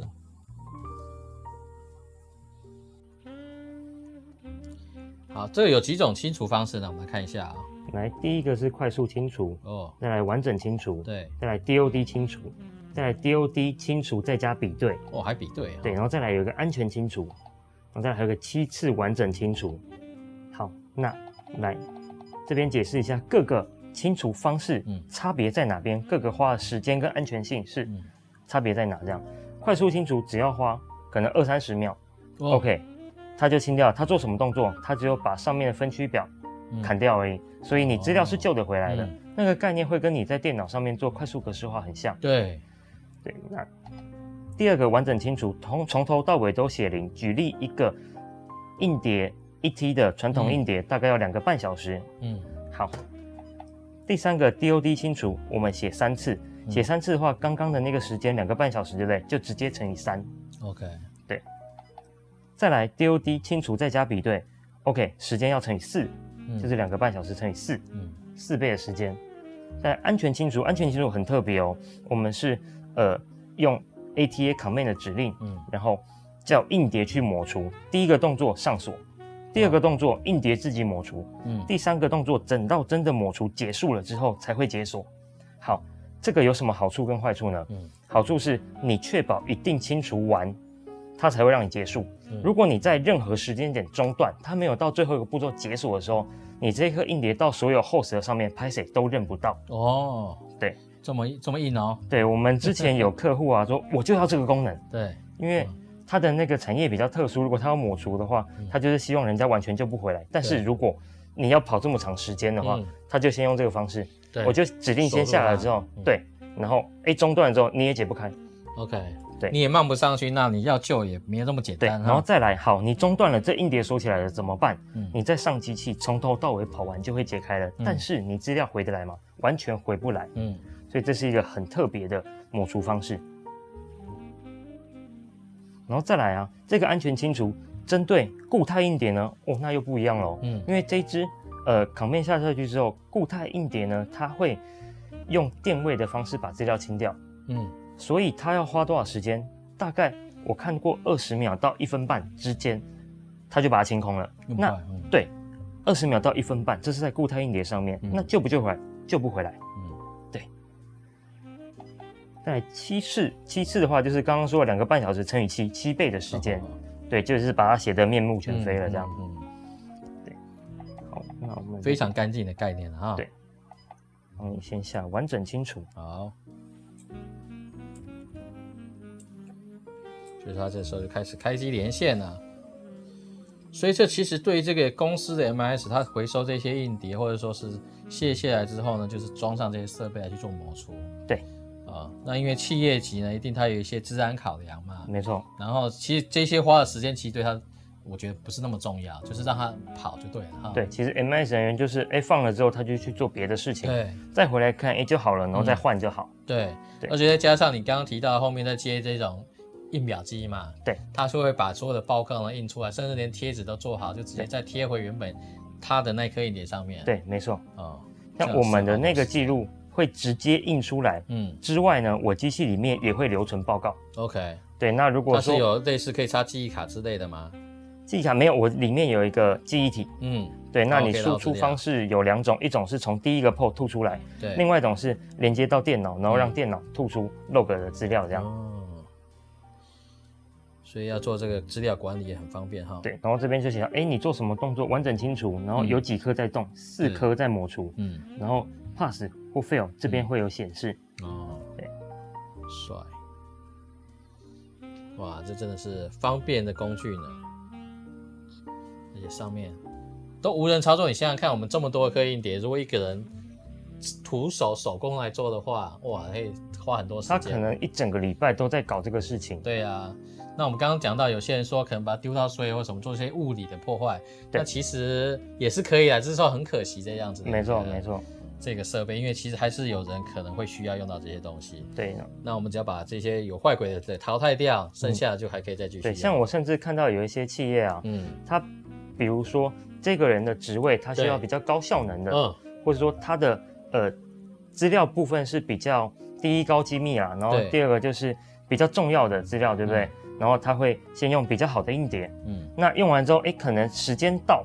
Speaker 1: 好，这个有几种清除方式呢？我们来看一下啊、
Speaker 2: 来，第一个是快速清除，
Speaker 1: 哦，
Speaker 2: 再来完整清除，
Speaker 1: 对，
Speaker 2: 再来 DOD 清除，再来 DOD 清除再加比对，
Speaker 1: 哦，还比对、啊。
Speaker 2: 对，然后再来有一个安全清除，然后再来还有一个七次完整清除。好，那来这边解释一下各个清除方式
Speaker 1: 嗯
Speaker 2: 差别在哪边，各个花的时间跟安全性是。
Speaker 1: 嗯、
Speaker 2: 差别在哪？这样快速清除只要花可能二三十秒、
Speaker 1: 哦
Speaker 2: o k 它就清掉了。它做什么动作？它只有把上面的分区表
Speaker 1: 哦
Speaker 3: 嗯
Speaker 2: 砍掉而已，所以你资料是救得回来的。
Speaker 1: 嗯
Speaker 2: 那个概念会跟你在电脑上面做快速格式化很像。
Speaker 1: 对，
Speaker 2: 对，那第二个完整清楚，从从头到尾都写零。举例一个硬碟一 T 的传统
Speaker 1: 嗯
Speaker 2: 硬碟，大概要两个半小时。
Speaker 1: 嗯
Speaker 2: 好，第三个 DOD 清除，我们写三次，
Speaker 1: 嗯
Speaker 2: 写三次的话，刚刚的那个时间两个半小时之内就直接乘以三。
Speaker 1: ，OK，
Speaker 2: 再来 DOD 清除再加比对，OK，时间要乘以四，
Speaker 1: 嗯
Speaker 2: 就是两个半小时乘以四，
Speaker 1: 嗯
Speaker 2: 四倍的时间。在安全清除，安全清除很特别哦，我们是呃用 ATA command 的指令，
Speaker 1: 嗯
Speaker 2: 然后叫硬碟去抹除。第一个动作上锁，第二
Speaker 1: 哦
Speaker 2: 个动作硬碟自己抹除，
Speaker 1: 嗯
Speaker 2: 第三个动作等到真的抹除结束了之后才会解锁。好，这个有什么好处跟坏处呢？
Speaker 1: 嗯
Speaker 2: 好处是你确保一定清除完，它才会让你结束。
Speaker 1: 嗯
Speaker 2: 如果你在任何时间点中断，它没有到最后一个步骤解锁的时候，你这颗硬碟到所有 host 的上面拍谁都认不到。
Speaker 1: 哦，
Speaker 2: 对，
Speaker 1: 这么这么硬哦，
Speaker 2: 对我们之前有客户啊 说，我就要这个功能，
Speaker 1: 对，
Speaker 2: 因为
Speaker 1: 嗯
Speaker 2: 它的那个产业比较特殊，如果它要抹除的话，它就是希望人家完全救不回来。但是
Speaker 1: 对
Speaker 2: 如果你要跑这么长时间的话
Speaker 1: 嗯，
Speaker 2: 他就先用这个方式。
Speaker 1: 对，
Speaker 2: 我就指定先下来之后
Speaker 1: 锁住它嗯，
Speaker 2: 对，然后哎中断之后你也解不开，
Speaker 1: OK，
Speaker 2: 对
Speaker 1: 你也漫不上去，那你要救也没那么简
Speaker 2: 对，
Speaker 1: 单
Speaker 2: 然
Speaker 1: 哈。
Speaker 2: 后再来，好，你中断了，这硬碟收起来了怎么办？
Speaker 1: 嗯
Speaker 2: 你再上机器从头到尾跑完就会解开了，
Speaker 1: 嗯
Speaker 2: 但是你资料回得来吗？完全回不来，
Speaker 1: 嗯
Speaker 2: 所以这是一个很特别的抹除方式。然后再来啊，这个安全清除针对固态硬碟呢，哦，那又不一样喽。
Speaker 1: 嗯
Speaker 2: 因为这一只呃扛面下下去之后，固态硬碟呢，它会用电位的方式把资料清掉，
Speaker 1: 嗯
Speaker 2: 所以它要花多少时间？大概我看过二十秒到一分半之间，它就把它清空了。
Speaker 1: 用
Speaker 2: 那
Speaker 1: 快嗯
Speaker 2: 对，二十秒到一分半，这是在固态硬碟上面，
Speaker 1: 嗯
Speaker 2: 那救不救回来？救不回来。
Speaker 1: 嗯
Speaker 2: 对。在七次，七次的话就是刚刚说的两个半小时乘以七，七倍的时间。
Speaker 1: 哦
Speaker 2: 对，就是把它写的面目全非了这样。
Speaker 1: 嗯嗯
Speaker 2: 好，那我们
Speaker 1: 非常干净的概念啊。
Speaker 2: 对帮你先下完整清除。
Speaker 1: 好。所以他这时候就开始开机连线了。所以这其实对于这个公司的 MIS，它回收这些硬碟或者说是卸下来之后呢，就是装上这些设备来去做抹除。
Speaker 2: 对。
Speaker 1: 啊、那因为企业级呢，一定它有一些治安考量嘛。
Speaker 2: 没错，
Speaker 1: 然后其实这些花的时间，其实对他，我觉得不是那么重要，就是让他跑就对了哈。
Speaker 2: 对，其实 MS 人员就是哎放了之后，他就去做别的事情，
Speaker 1: 对
Speaker 2: 再回来看哎就好了，然后再
Speaker 1: 嗯
Speaker 2: 换就好。
Speaker 1: 对
Speaker 2: 对
Speaker 1: 而且再加上你刚刚提到后面再接这种印表机嘛，
Speaker 2: 对，
Speaker 1: 它就会把所有的报告呢印出来，甚至连贴纸都做好，就直接
Speaker 2: 对
Speaker 1: 再贴回原本它的那颗硬碟上面。，
Speaker 2: 对，没错。
Speaker 1: 哦，这
Speaker 2: 像
Speaker 1: 样
Speaker 2: 我们的
Speaker 1: 是好
Speaker 2: 那个
Speaker 1: 东西
Speaker 2: 记录会直接印出来，
Speaker 1: 嗯
Speaker 2: 之外呢，我机器里面也会留存报告。
Speaker 1: ，OK，
Speaker 2: 对，那如
Speaker 1: 它
Speaker 2: 果
Speaker 1: 是
Speaker 2: 说
Speaker 1: 有类似可以插记忆卡之类的吗？
Speaker 2: 记忆卡没有，我里面有一个记忆体。
Speaker 1: 嗯，
Speaker 2: 对，
Speaker 1: 哦
Speaker 2: 那你
Speaker 1: 可以
Speaker 2: 输
Speaker 1: 捞
Speaker 2: 出
Speaker 1: 资料
Speaker 2: 方式有两种，一种是从第一个 port 吐出来，
Speaker 1: 对。
Speaker 2: 另外一种是连接到电脑，然后让
Speaker 1: 嗯
Speaker 2: 电脑吐出 log 的资料这样。
Speaker 1: 哦，所以要做这个资料管理也很方便哈。，
Speaker 2: 对，然后这边就写到，哎，你做什么动作完整清除，然后
Speaker 1: 嗯
Speaker 2: 有几颗在动，四
Speaker 1: 是
Speaker 2: 颗在抹除，
Speaker 1: 嗯。
Speaker 2: 然后 pass 或 fail 这边会有显示。
Speaker 1: 哦，
Speaker 2: 对，
Speaker 1: 帅，哇，这真的是方便的工具呢。而且上面都无人操作，你想想看，我们这么多颗硬碟，如果一个人徒手手工来做的话，哇，可以花很多时
Speaker 2: 他可
Speaker 1: 间。
Speaker 2: 能一整个礼拜都在搞这个事情。
Speaker 1: 对啊，那我们刚刚讲到，有些人说可能把它丢到水或什么，做一些物理的破坏，
Speaker 2: 对
Speaker 1: 那其实也是可以啊，只是说很可惜这样子。
Speaker 2: 没错，
Speaker 1: 对
Speaker 2: 没。错，
Speaker 1: 这个设备，因为其实还是有人可能会需要用到这些东西。
Speaker 2: 对。
Speaker 1: 那我们只要把这些有坏鬼的对淘汰掉，剩下的就还可以再继续用。
Speaker 2: 嗯对，像我甚至看到有一些企业啊，
Speaker 1: 嗯
Speaker 2: 他比如说这个人的职位，他需要
Speaker 1: 对
Speaker 2: 比较高效能的，
Speaker 1: 嗯
Speaker 2: 或者说他的呃资料部分是比较第一高机密啊，然后
Speaker 1: 对
Speaker 2: 第二个就是比较重要的资料，对不对？然后他会先用比较好的硬碟，
Speaker 1: 嗯，
Speaker 2: 那用完之后，哎，可能时间到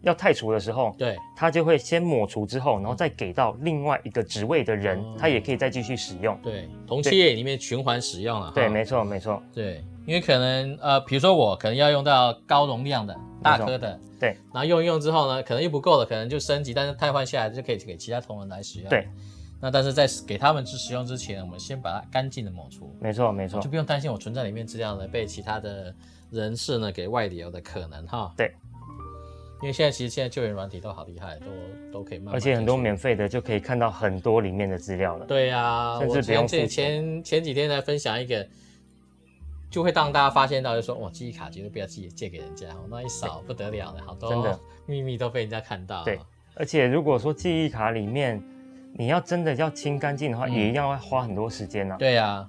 Speaker 2: 要太除的时候，
Speaker 1: 对，
Speaker 2: 他就会先抹除之后，然后再给到另外一个职位的人，
Speaker 1: 哦
Speaker 2: 他也可以再继续使用。
Speaker 1: 对，同企业里面循环使用了啊哈。
Speaker 2: 对，没错，没错，
Speaker 1: 对，因为可能呃，比如说我可能要用到高容量的大颗的，
Speaker 2: 对，
Speaker 1: 然后用一用之后呢，可能又不够了，可能就升级，但是汰换下来就可以给其他同仁来使用。
Speaker 2: 对，
Speaker 1: 那但是在给他们去使用之前，我们先把它干净的抹除，
Speaker 2: 没错没错
Speaker 1: 就，不用担心我存在里面资料呢被其他的人士呢给外流的可能哈。
Speaker 2: 对，
Speaker 1: 因为现在其实现在救援软体都好厉害，都都可以慢慢。
Speaker 2: 而且很多免。费的就可以看到很多里面的资料了。
Speaker 1: 对啊，
Speaker 2: 甚至
Speaker 1: 我
Speaker 2: 不用
Speaker 1: 前前
Speaker 2: 付钱
Speaker 1: 前前几天才分享一个，就会让大家发现到，就说哇，记忆卡绝对不要借借给人家，哦那一扫不得了了，好多
Speaker 2: 真的
Speaker 1: 秘密都被人家看到。
Speaker 2: 对而且如果说记忆卡里面你要真的要清干净的话，
Speaker 1: 嗯
Speaker 2: 也一样要花很多时间呢、
Speaker 1: 对啊，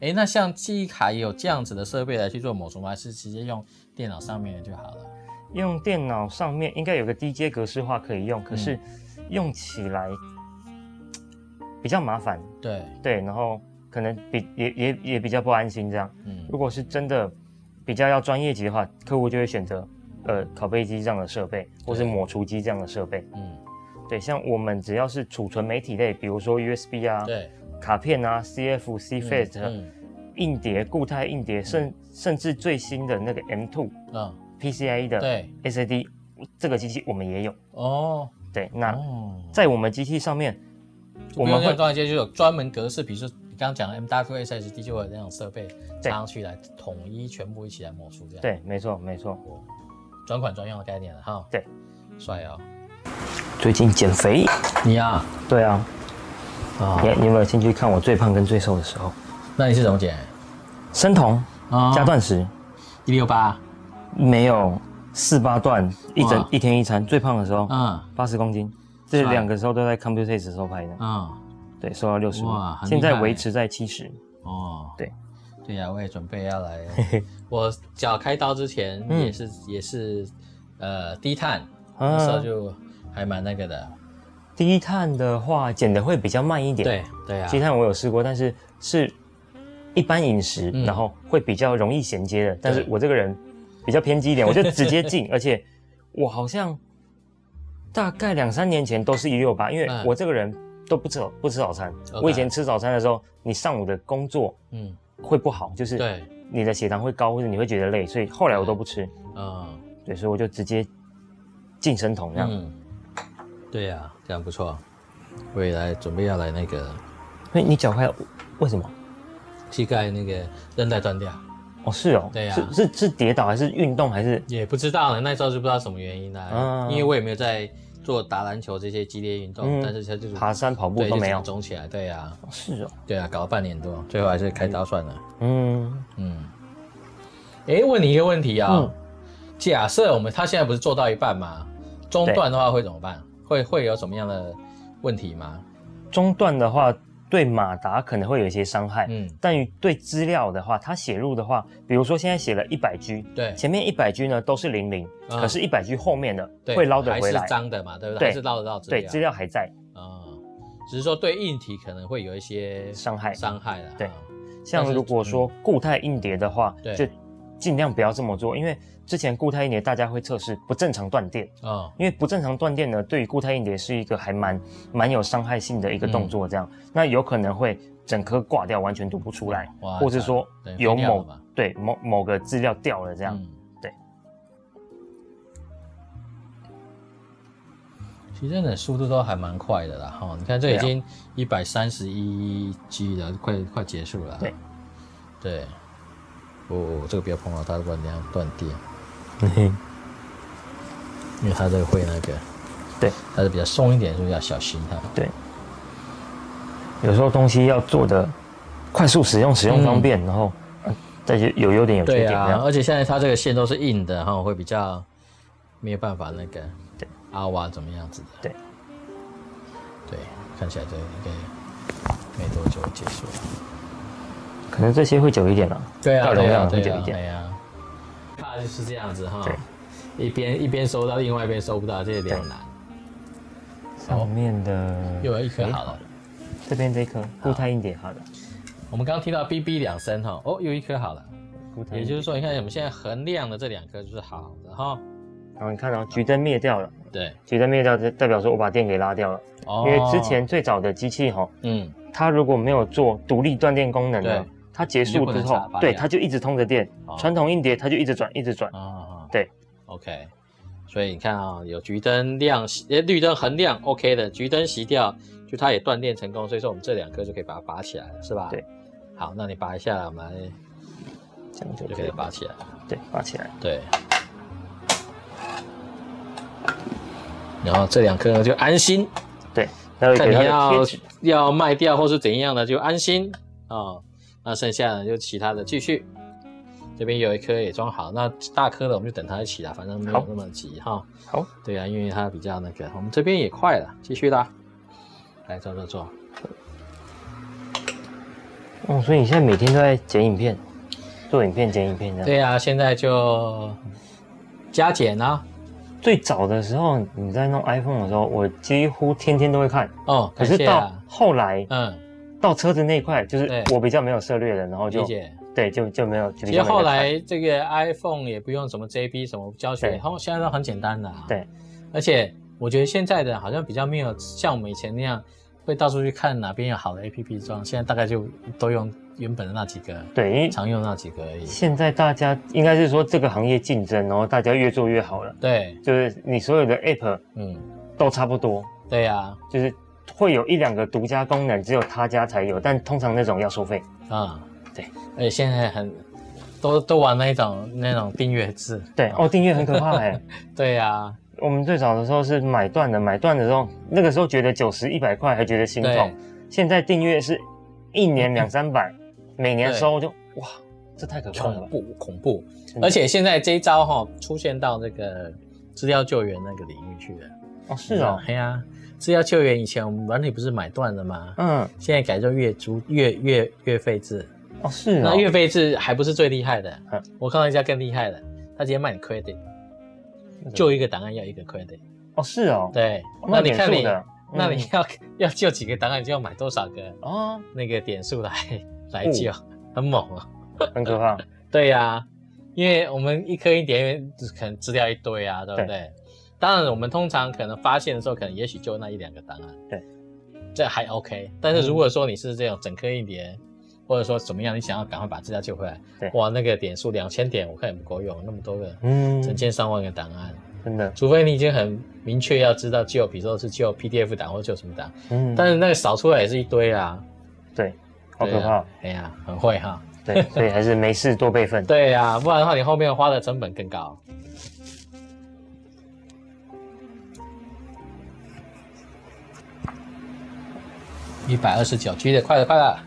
Speaker 1: 诶，那像记忆卡也有这样子的设备来去做抹除吗？还是直接用电脑上面的就好了？
Speaker 2: 用电脑上面应该有个低阶格式化可以用，可是
Speaker 1: 嗯
Speaker 2: 用起来比较麻烦，
Speaker 1: 对，
Speaker 2: 对，然后可能比也也也比较不安心这样。
Speaker 1: 嗯
Speaker 2: 如，果是真的比较要专业级的话，客户就会选择呃拷贝机这样的设备，或是
Speaker 1: 对
Speaker 2: 抹除机这样的设备。
Speaker 1: 嗯，
Speaker 2: 对，像我们只要是储存媒体类，比如说 USB 啊、
Speaker 1: 对
Speaker 2: 卡片啊、CF、CFET、
Speaker 1: 嗯
Speaker 2: 硬碟、固态硬碟，甚甚至最新的那个 M2
Speaker 1: 嗯，
Speaker 2: PCIe E 的
Speaker 1: 对，
Speaker 2: SSD，这个机器我们也有。
Speaker 1: 哦，
Speaker 2: 对，那
Speaker 1: 哦，
Speaker 2: 在我们机器上面，啊我
Speaker 1: 我们
Speaker 2: 们
Speaker 1: 会
Speaker 2: 会
Speaker 1: 专业街就有专门格式，比如说你刚刚讲的 M W S S D 就有那种设备插上去来统一全部一起来抹除这样。，
Speaker 2: 对，没错没错。
Speaker 1: 专款专用的概念了哈。
Speaker 2: 对，
Speaker 1: 帅哦，
Speaker 2: 最近减肥，
Speaker 1: 你啊
Speaker 2: 对啊，
Speaker 1: 啊
Speaker 2: 你你有没有兴趣看我最胖跟最瘦的时候？
Speaker 1: 那你是怎么减？
Speaker 2: 生酮
Speaker 1: 啊
Speaker 2: 加断食，
Speaker 1: 一六八，
Speaker 2: 没有四八段，一整
Speaker 1: 哇
Speaker 2: 一天一餐，最胖的时候
Speaker 1: 嗯
Speaker 2: 八十公斤，这
Speaker 1: 帅
Speaker 2: 两个时候都在 Computex 的时候拍的，
Speaker 1: 嗯，
Speaker 2: 对，瘦到六十
Speaker 1: 哇，很厉害
Speaker 2: 现在维持在七十。
Speaker 1: 哦，
Speaker 2: 对，
Speaker 1: 对呀、我也准备要来，我脚开刀之前
Speaker 2: 嗯
Speaker 1: 也是、也是呃低碳，那时候
Speaker 2: 啊，
Speaker 1: 就还蛮那个的。
Speaker 2: 低碳的话减的会比较慢一点，
Speaker 1: 对对啊，
Speaker 2: 低碳我有试过，但是是一般饮食，
Speaker 1: 嗯
Speaker 2: 然后会比较容易衔接的。但是我这个人比较偏 激一点，我就直接进，而且我好像大概两三年前都是一六八，因为
Speaker 1: 嗯
Speaker 2: 我这个人都不吃不吃早餐。
Speaker 1: OK
Speaker 2: 我以前吃早餐的时候，你上午的工作
Speaker 1: 嗯，
Speaker 2: 会不好，就是
Speaker 1: 对，
Speaker 2: 你的血糖会高，或者你会觉得累，所以后来我都不吃，
Speaker 1: 嗯。
Speaker 2: 对，所以我就直接进生酮这样。
Speaker 1: 嗯，对呀、这样不错。我也来准备要来那个
Speaker 2: 所以你脚踝为什么？
Speaker 1: 膝盖那个韧带断掉，
Speaker 2: 哦，是哦，
Speaker 1: 对啊
Speaker 2: 是是是跌倒还是运动还是
Speaker 1: 也不知道呢，那时候就不知道什么原因啦、
Speaker 2: 嗯
Speaker 1: 因为我也没有在做打篮球这些激烈运动，
Speaker 2: 嗯
Speaker 1: 但是他就是
Speaker 2: 爬山跑步
Speaker 1: 对
Speaker 2: 都
Speaker 1: 就
Speaker 2: 没
Speaker 1: 整
Speaker 2: 有
Speaker 1: 个？肿起来，对呀、
Speaker 2: 哦是哦，
Speaker 1: 对啊呀、搞了半年多，最后还是开刀算了。
Speaker 2: 嗯，
Speaker 1: 嗯，哎、问你一个问题啊、
Speaker 2: 嗯
Speaker 1: 假设我们他现在不是做到一半吗？中断的话会怎么办？会会有什么样的问题吗？
Speaker 2: 中断的话，对马达可能会有一些伤害，
Speaker 1: 嗯，
Speaker 2: 但于对资料的话，它写入的话，比如说现在写了一百 G，
Speaker 1: 对，
Speaker 2: 前面一百 G 呢都是零零、
Speaker 1: 啊
Speaker 2: 可是一百 G 后面的
Speaker 1: 对，
Speaker 2: 会捞得回
Speaker 1: 还
Speaker 2: 来
Speaker 1: 是，脏的嘛，对不
Speaker 2: 对
Speaker 1: 对？还是捞得到资料。
Speaker 2: 对，资料还在。
Speaker 1: 啊、只是说对硬体可能会有一些
Speaker 2: 伤害
Speaker 1: 伤害啦。
Speaker 2: 对
Speaker 1: 啊但
Speaker 2: 像
Speaker 1: 是嗯
Speaker 2: 如果说固态硬碟的话，
Speaker 1: 对
Speaker 2: 就尽量不要这么做，因为之前固态硬碟大家会测试不正常断电，
Speaker 1: 哦，
Speaker 2: 因为不正常断电呢，对于固态硬碟是一个还蛮蛮有伤害性的一个动作，这样、
Speaker 1: 嗯
Speaker 2: 那有可能会整颗挂掉，完全读不出来，
Speaker 1: 哇
Speaker 2: 或是说
Speaker 1: 对
Speaker 2: 有
Speaker 1: 废掉了
Speaker 2: 某
Speaker 1: 嘛
Speaker 2: 对某某个资料掉了这样。
Speaker 1: 嗯
Speaker 2: 对。
Speaker 1: 其实的速度都还蛮快的啦，哈、你看这
Speaker 2: 对
Speaker 1: 已
Speaker 2: 啊
Speaker 1: 经一百三十一 G 了，快快结束了。
Speaker 2: 对，
Speaker 1: 对，哦，这个不要碰啊，它不然等一下断电，嗯因为它这个会那个，
Speaker 2: 对，
Speaker 1: 它是比较松一点，所以要小心它。
Speaker 2: 对，有时候东西要做的快速使用，使用方便，然后呃再就有优点有缺
Speaker 1: 嗯对
Speaker 2: 点这
Speaker 1: 啊，
Speaker 2: 样。
Speaker 1: 而且现在它这个线都是硬的，哈，会比较没有办法那个
Speaker 2: 对
Speaker 1: 凹啊怎么样子的。
Speaker 2: 对
Speaker 1: 对，看起来这应该没多久结束了。
Speaker 2: 可能这些会久一点了。
Speaker 1: 对啊，
Speaker 2: 大容
Speaker 1: 对啊，
Speaker 2: 量会
Speaker 1: 对
Speaker 2: 久一
Speaker 1: 啊，
Speaker 2: 点。
Speaker 1: 对啊。怕就是这样子哈
Speaker 2: 对，
Speaker 1: 一边一边收到，另外一边收不到，这也比较难。
Speaker 2: 上面的
Speaker 1: 又有一颗好了，
Speaker 2: 这边这一颗固态硬碟好了，
Speaker 1: 我们刚刚听到哔哔两声哈，哦，又一颗好了。
Speaker 2: 固态硬碟
Speaker 1: 也就是说，你看我们现在横亮的这两颗就是好的哈。
Speaker 2: 然后你看哦，橘灯灭掉了，
Speaker 1: 对，
Speaker 2: 橘灯灭掉代代表说我把电给拉掉了，
Speaker 1: 哦
Speaker 2: 因为之前最早的机器哈、
Speaker 1: 嗯，
Speaker 2: 它如果没有做独立断电功能呢
Speaker 1: 对，
Speaker 2: 它结
Speaker 1: 你就
Speaker 2: 束
Speaker 1: 不
Speaker 2: 之
Speaker 1: 能
Speaker 2: 后
Speaker 1: 插拔，
Speaker 2: 对
Speaker 1: 掉
Speaker 2: 它就一直通着电
Speaker 1: 哦。
Speaker 2: 传统硬碟它就一直转，一直转。
Speaker 1: 啊，
Speaker 2: 对
Speaker 1: ，OK。所以你看啊、有橘灯亮，呃，绿灯横亮，OK 的，橘灯熄掉就它也断电成功，所以说我们这两颗就可以把它拔起来了，是吧？
Speaker 2: 对。
Speaker 1: 好，那你拔一下，我们
Speaker 2: 这样就
Speaker 1: 来就
Speaker 2: 可
Speaker 1: 可
Speaker 2: 以
Speaker 1: 以
Speaker 2: 拔
Speaker 1: 拔，起来。
Speaker 2: 对，拔起来。
Speaker 1: 对。然后这两颗就安心，
Speaker 2: 对，它会
Speaker 1: 看
Speaker 2: 给
Speaker 1: 你
Speaker 2: 它的
Speaker 1: 要
Speaker 2: 贴纸，
Speaker 1: 要卖掉或是怎样的就安心啊、那剩下的就其他的继续。这边有一颗也装好，那大颗的我们就等它一起啦，反正没有
Speaker 2: 好
Speaker 1: 那么急哈。
Speaker 2: 好，
Speaker 1: 对啊，因为它比较那个，我们这边也快了，继续啦。来坐坐坐，
Speaker 2: 哦，所以你现在每天都在剪影片，做影片、剪影片这样。
Speaker 1: 对啊，现在就加减啊。
Speaker 2: 最早的时候你在弄 iPhone 的时候，我几乎天天都会看，
Speaker 1: 哦，
Speaker 2: 可
Speaker 1: 感
Speaker 2: 是
Speaker 1: 谢
Speaker 2: 到
Speaker 1: 啊。
Speaker 2: 后来
Speaker 1: 嗯，
Speaker 2: 到车子那一块，就是
Speaker 1: 对
Speaker 2: 我比较没有涉猎了，然后
Speaker 1: 理
Speaker 2: 就
Speaker 1: 解。
Speaker 2: 对，就就没有。就
Speaker 1: 其
Speaker 2: 比
Speaker 1: 实
Speaker 2: 较没有
Speaker 1: 后
Speaker 2: 看
Speaker 1: 来这个 iPhone 也不用什么 JP 什么教学，
Speaker 2: 对
Speaker 1: 他们现在都很简单的、啊。
Speaker 2: 对，
Speaker 1: 而且我觉得现在的好像比较没有像我们以前那样会到处去看哪边有好的 APP 装，现在大概就都用原本的那几个，
Speaker 2: 对，因为
Speaker 1: 常用那几个而已。
Speaker 2: 现在大家应该是说这个行业竞争，然后大家越做越好了，
Speaker 1: 对，
Speaker 2: 就是你所有的 App
Speaker 1: 嗯，
Speaker 2: 都差不多，
Speaker 1: 对啊呀、
Speaker 2: 就是会有一两个独家功能，只有他家才有，但通常那种要收费。
Speaker 1: 啊，啊、
Speaker 2: 对，
Speaker 1: 而且现在很都都玩那种那种订阅制。
Speaker 2: 对哦，订阅很可 怕哎、
Speaker 1: 欸对呀、
Speaker 2: 我们最早的时候是买断的，买断的时候，那个时候觉得九十一百块还觉得心
Speaker 1: 对
Speaker 2: 痛，现在订阅是一年两三百， 每年
Speaker 1: 对
Speaker 2: 收就哇，这太可怕了
Speaker 1: 恐
Speaker 2: 吧！
Speaker 1: 怖恐怖，
Speaker 2: 真的
Speaker 1: 而且现在这一招哈、出现到那个资料救援那个领域去了。
Speaker 2: 哦是哦，
Speaker 1: 哎呀，资料救援以前我们软体不是买断的吗？
Speaker 2: 嗯
Speaker 1: 现在改做月租月月月费制，
Speaker 2: 哦是
Speaker 1: 那月
Speaker 2: 哦，
Speaker 1: 费制还不是最厉害的
Speaker 2: 嗯，
Speaker 1: 我看到一家更厉害的，他直接卖你 credit，救一个档案要一个 credit，
Speaker 2: 哦是哦，
Speaker 1: 对，
Speaker 2: 哦，
Speaker 1: 那你
Speaker 2: 点
Speaker 1: 看
Speaker 2: 数
Speaker 1: 你，
Speaker 2: 的
Speaker 1: 那你
Speaker 2: 嗯
Speaker 1: 要 要救几个档案，你就要买多少个
Speaker 2: 哦，
Speaker 1: 那个点数来 来救，很猛哦。
Speaker 2: 很可怕。
Speaker 1: 对呀、因为我们一颗一点，可能资料一堆啊，对不对？当然，我们通常可能发现的时候，可能也许就那一两个档案，
Speaker 2: 对，
Speaker 1: 这还 OK。但是如果说你是这种整颗一点，或者说怎么样，你想要赶快把资料救回来，
Speaker 2: 对
Speaker 1: 哇，那个点数两千点，我看也不够用，那么多个，
Speaker 2: 嗯，
Speaker 1: 成千上万个档案，
Speaker 2: 真的，
Speaker 1: 除非你已经很明确要知道救，比如说是救 PDF 档或救什么档，
Speaker 2: 嗯，
Speaker 1: 但是那个扫出来也是一堆啊，
Speaker 2: 对，好
Speaker 1: 对
Speaker 2: 可
Speaker 1: 啊
Speaker 2: 怕，
Speaker 1: 哎呀、很会哈。
Speaker 2: 对，所以还是没事多备份。
Speaker 1: 对呀、不然的话你后面花的成本更高。一百二十九 G 的，快了快了。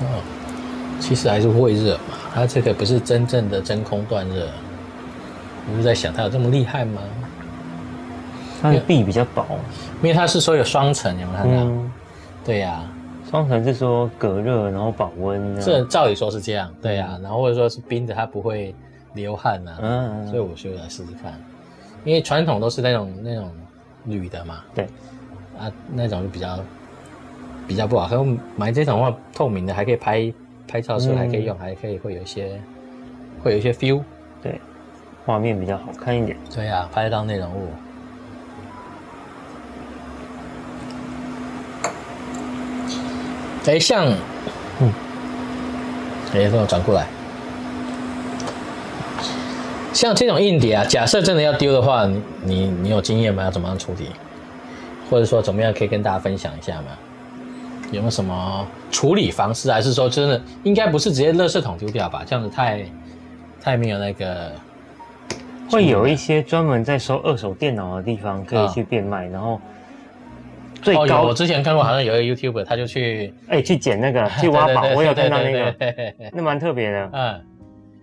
Speaker 1: 哦，其实还是会热嘛，它这个不是真正的真空断热。我就在想，它有这么厉害吗？
Speaker 2: 它的壁比较薄，
Speaker 1: 因为它是说有双层，有没有看到？
Speaker 2: 嗯，
Speaker 1: 对呀、
Speaker 2: 双层是说隔热，然后保温样，
Speaker 1: 这照理说是这样，对啊，然后或者说是冰的，它不会流汗啊，
Speaker 2: 嗯，嗯，
Speaker 1: 所以我就来试试看，因为传统都是那种那种铝的嘛，
Speaker 2: 对，
Speaker 1: 啊那种就比较比较不好，可是买这种的话透明的还可以拍拍照的时候
Speaker 2: 嗯
Speaker 1: 还可以用，还可以会有一些会有一些 feel，
Speaker 2: 对，画面比较好看一点。
Speaker 1: 对啊，拍得到内容物。哎，像，嗯，哎，让我转过来。像这种硬碟啊，假设真的要丢的话，你你你有经验吗？要怎么样处理？或者说怎么样可以跟大家分享一下吗？有没有什么处理方式？还是说真的应该不是直接垃圾桶丢掉吧？这样子太太没有那个
Speaker 2: 会有一些专门在收二手电脑的地方可以
Speaker 1: 啊
Speaker 2: 去变卖，然后最
Speaker 1: 哦，有
Speaker 2: 高
Speaker 1: 我之前看过，好像有一个 YouTuber，他就去
Speaker 2: 哎、去捡那 个去挖
Speaker 1: 对
Speaker 2: 宝，
Speaker 1: 对对
Speaker 2: 我有看到那
Speaker 1: 对
Speaker 2: 个，
Speaker 1: 对对对
Speaker 2: 那蛮特别的。
Speaker 1: 嗯，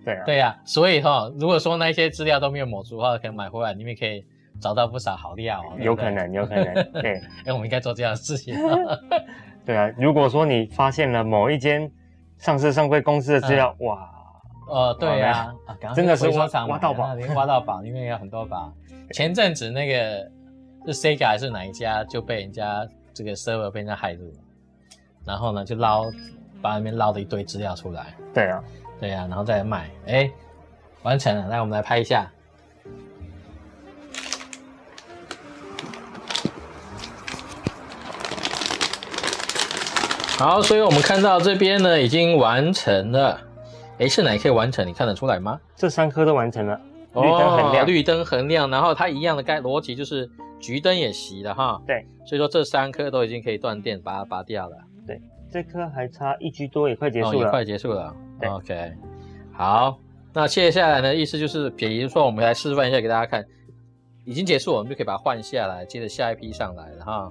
Speaker 2: 对啊，
Speaker 1: 对呀、所以哈、如果说那些资料都没有抹除的话，可能买回来里面可以找到不少好料、哦，
Speaker 2: 有可能，有 可能。对
Speaker 1: 哎、我们应该做这样的事 情。
Speaker 2: 对啊，如果说你发现了某一间上市上柜公司的资料，哇，
Speaker 1: 哦，对呀、啊，赶快
Speaker 2: 真的是
Speaker 1: 回收
Speaker 2: 挖
Speaker 1: 厂
Speaker 2: 挖到宝
Speaker 1: 买啊那挖到宝，里面有很多宝。前阵子那个是 Sega 还是哪一家就被人家这个 server 被人家害住了，然后呢就捞把里面捞了一堆资料出来，
Speaker 2: 对啊，
Speaker 1: 对呀、然后再卖，哎，完成了，来我们来拍一下。好，所以我们看到这边呢已经完成了，哎，是哪一颗完成？你看得出来吗？
Speaker 2: 这三颗都完成了。绿灯很亮，
Speaker 1: 哦绿灯很亮，然后它一样的该逻辑就是橘灯也熄了哈。
Speaker 2: 对，
Speaker 1: 所以说这三颗都已经可以断电，把它拔掉了，
Speaker 2: 这颗还差一居多，也快结
Speaker 1: 哦
Speaker 2: 束
Speaker 1: 也
Speaker 2: 了。
Speaker 1: 快结束了。
Speaker 2: 对
Speaker 1: OK，好，那接下来呢，意思就是，比如说我们来示范一下给大家看，已经结束了，我们就可以把它换下来，接着下一批上来了哈，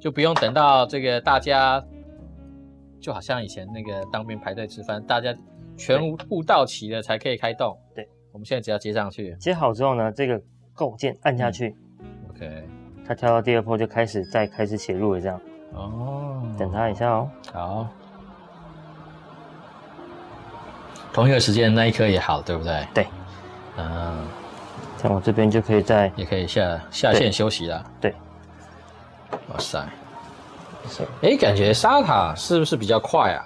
Speaker 1: 就不用等到这个大家，就好像以前那个当兵排队吃饭，大家全部到齐了才可以开动。
Speaker 2: 对，
Speaker 1: 我们现在只要接上去
Speaker 2: 接好之后呢，这个构件按下去，
Speaker 1: ，OK，
Speaker 2: 它跳到第二波就开始再开始写入了，这样
Speaker 1: 哦，
Speaker 2: 等它一下哦。
Speaker 1: 好，同一个时间那一颗也好，对不对？
Speaker 2: 对，
Speaker 1: 嗯，
Speaker 2: 像我这边就可以再
Speaker 1: 也可以下下线休息了。
Speaker 2: 对，
Speaker 1: 哇塞，哎，感觉沙塔是不是比较快啊？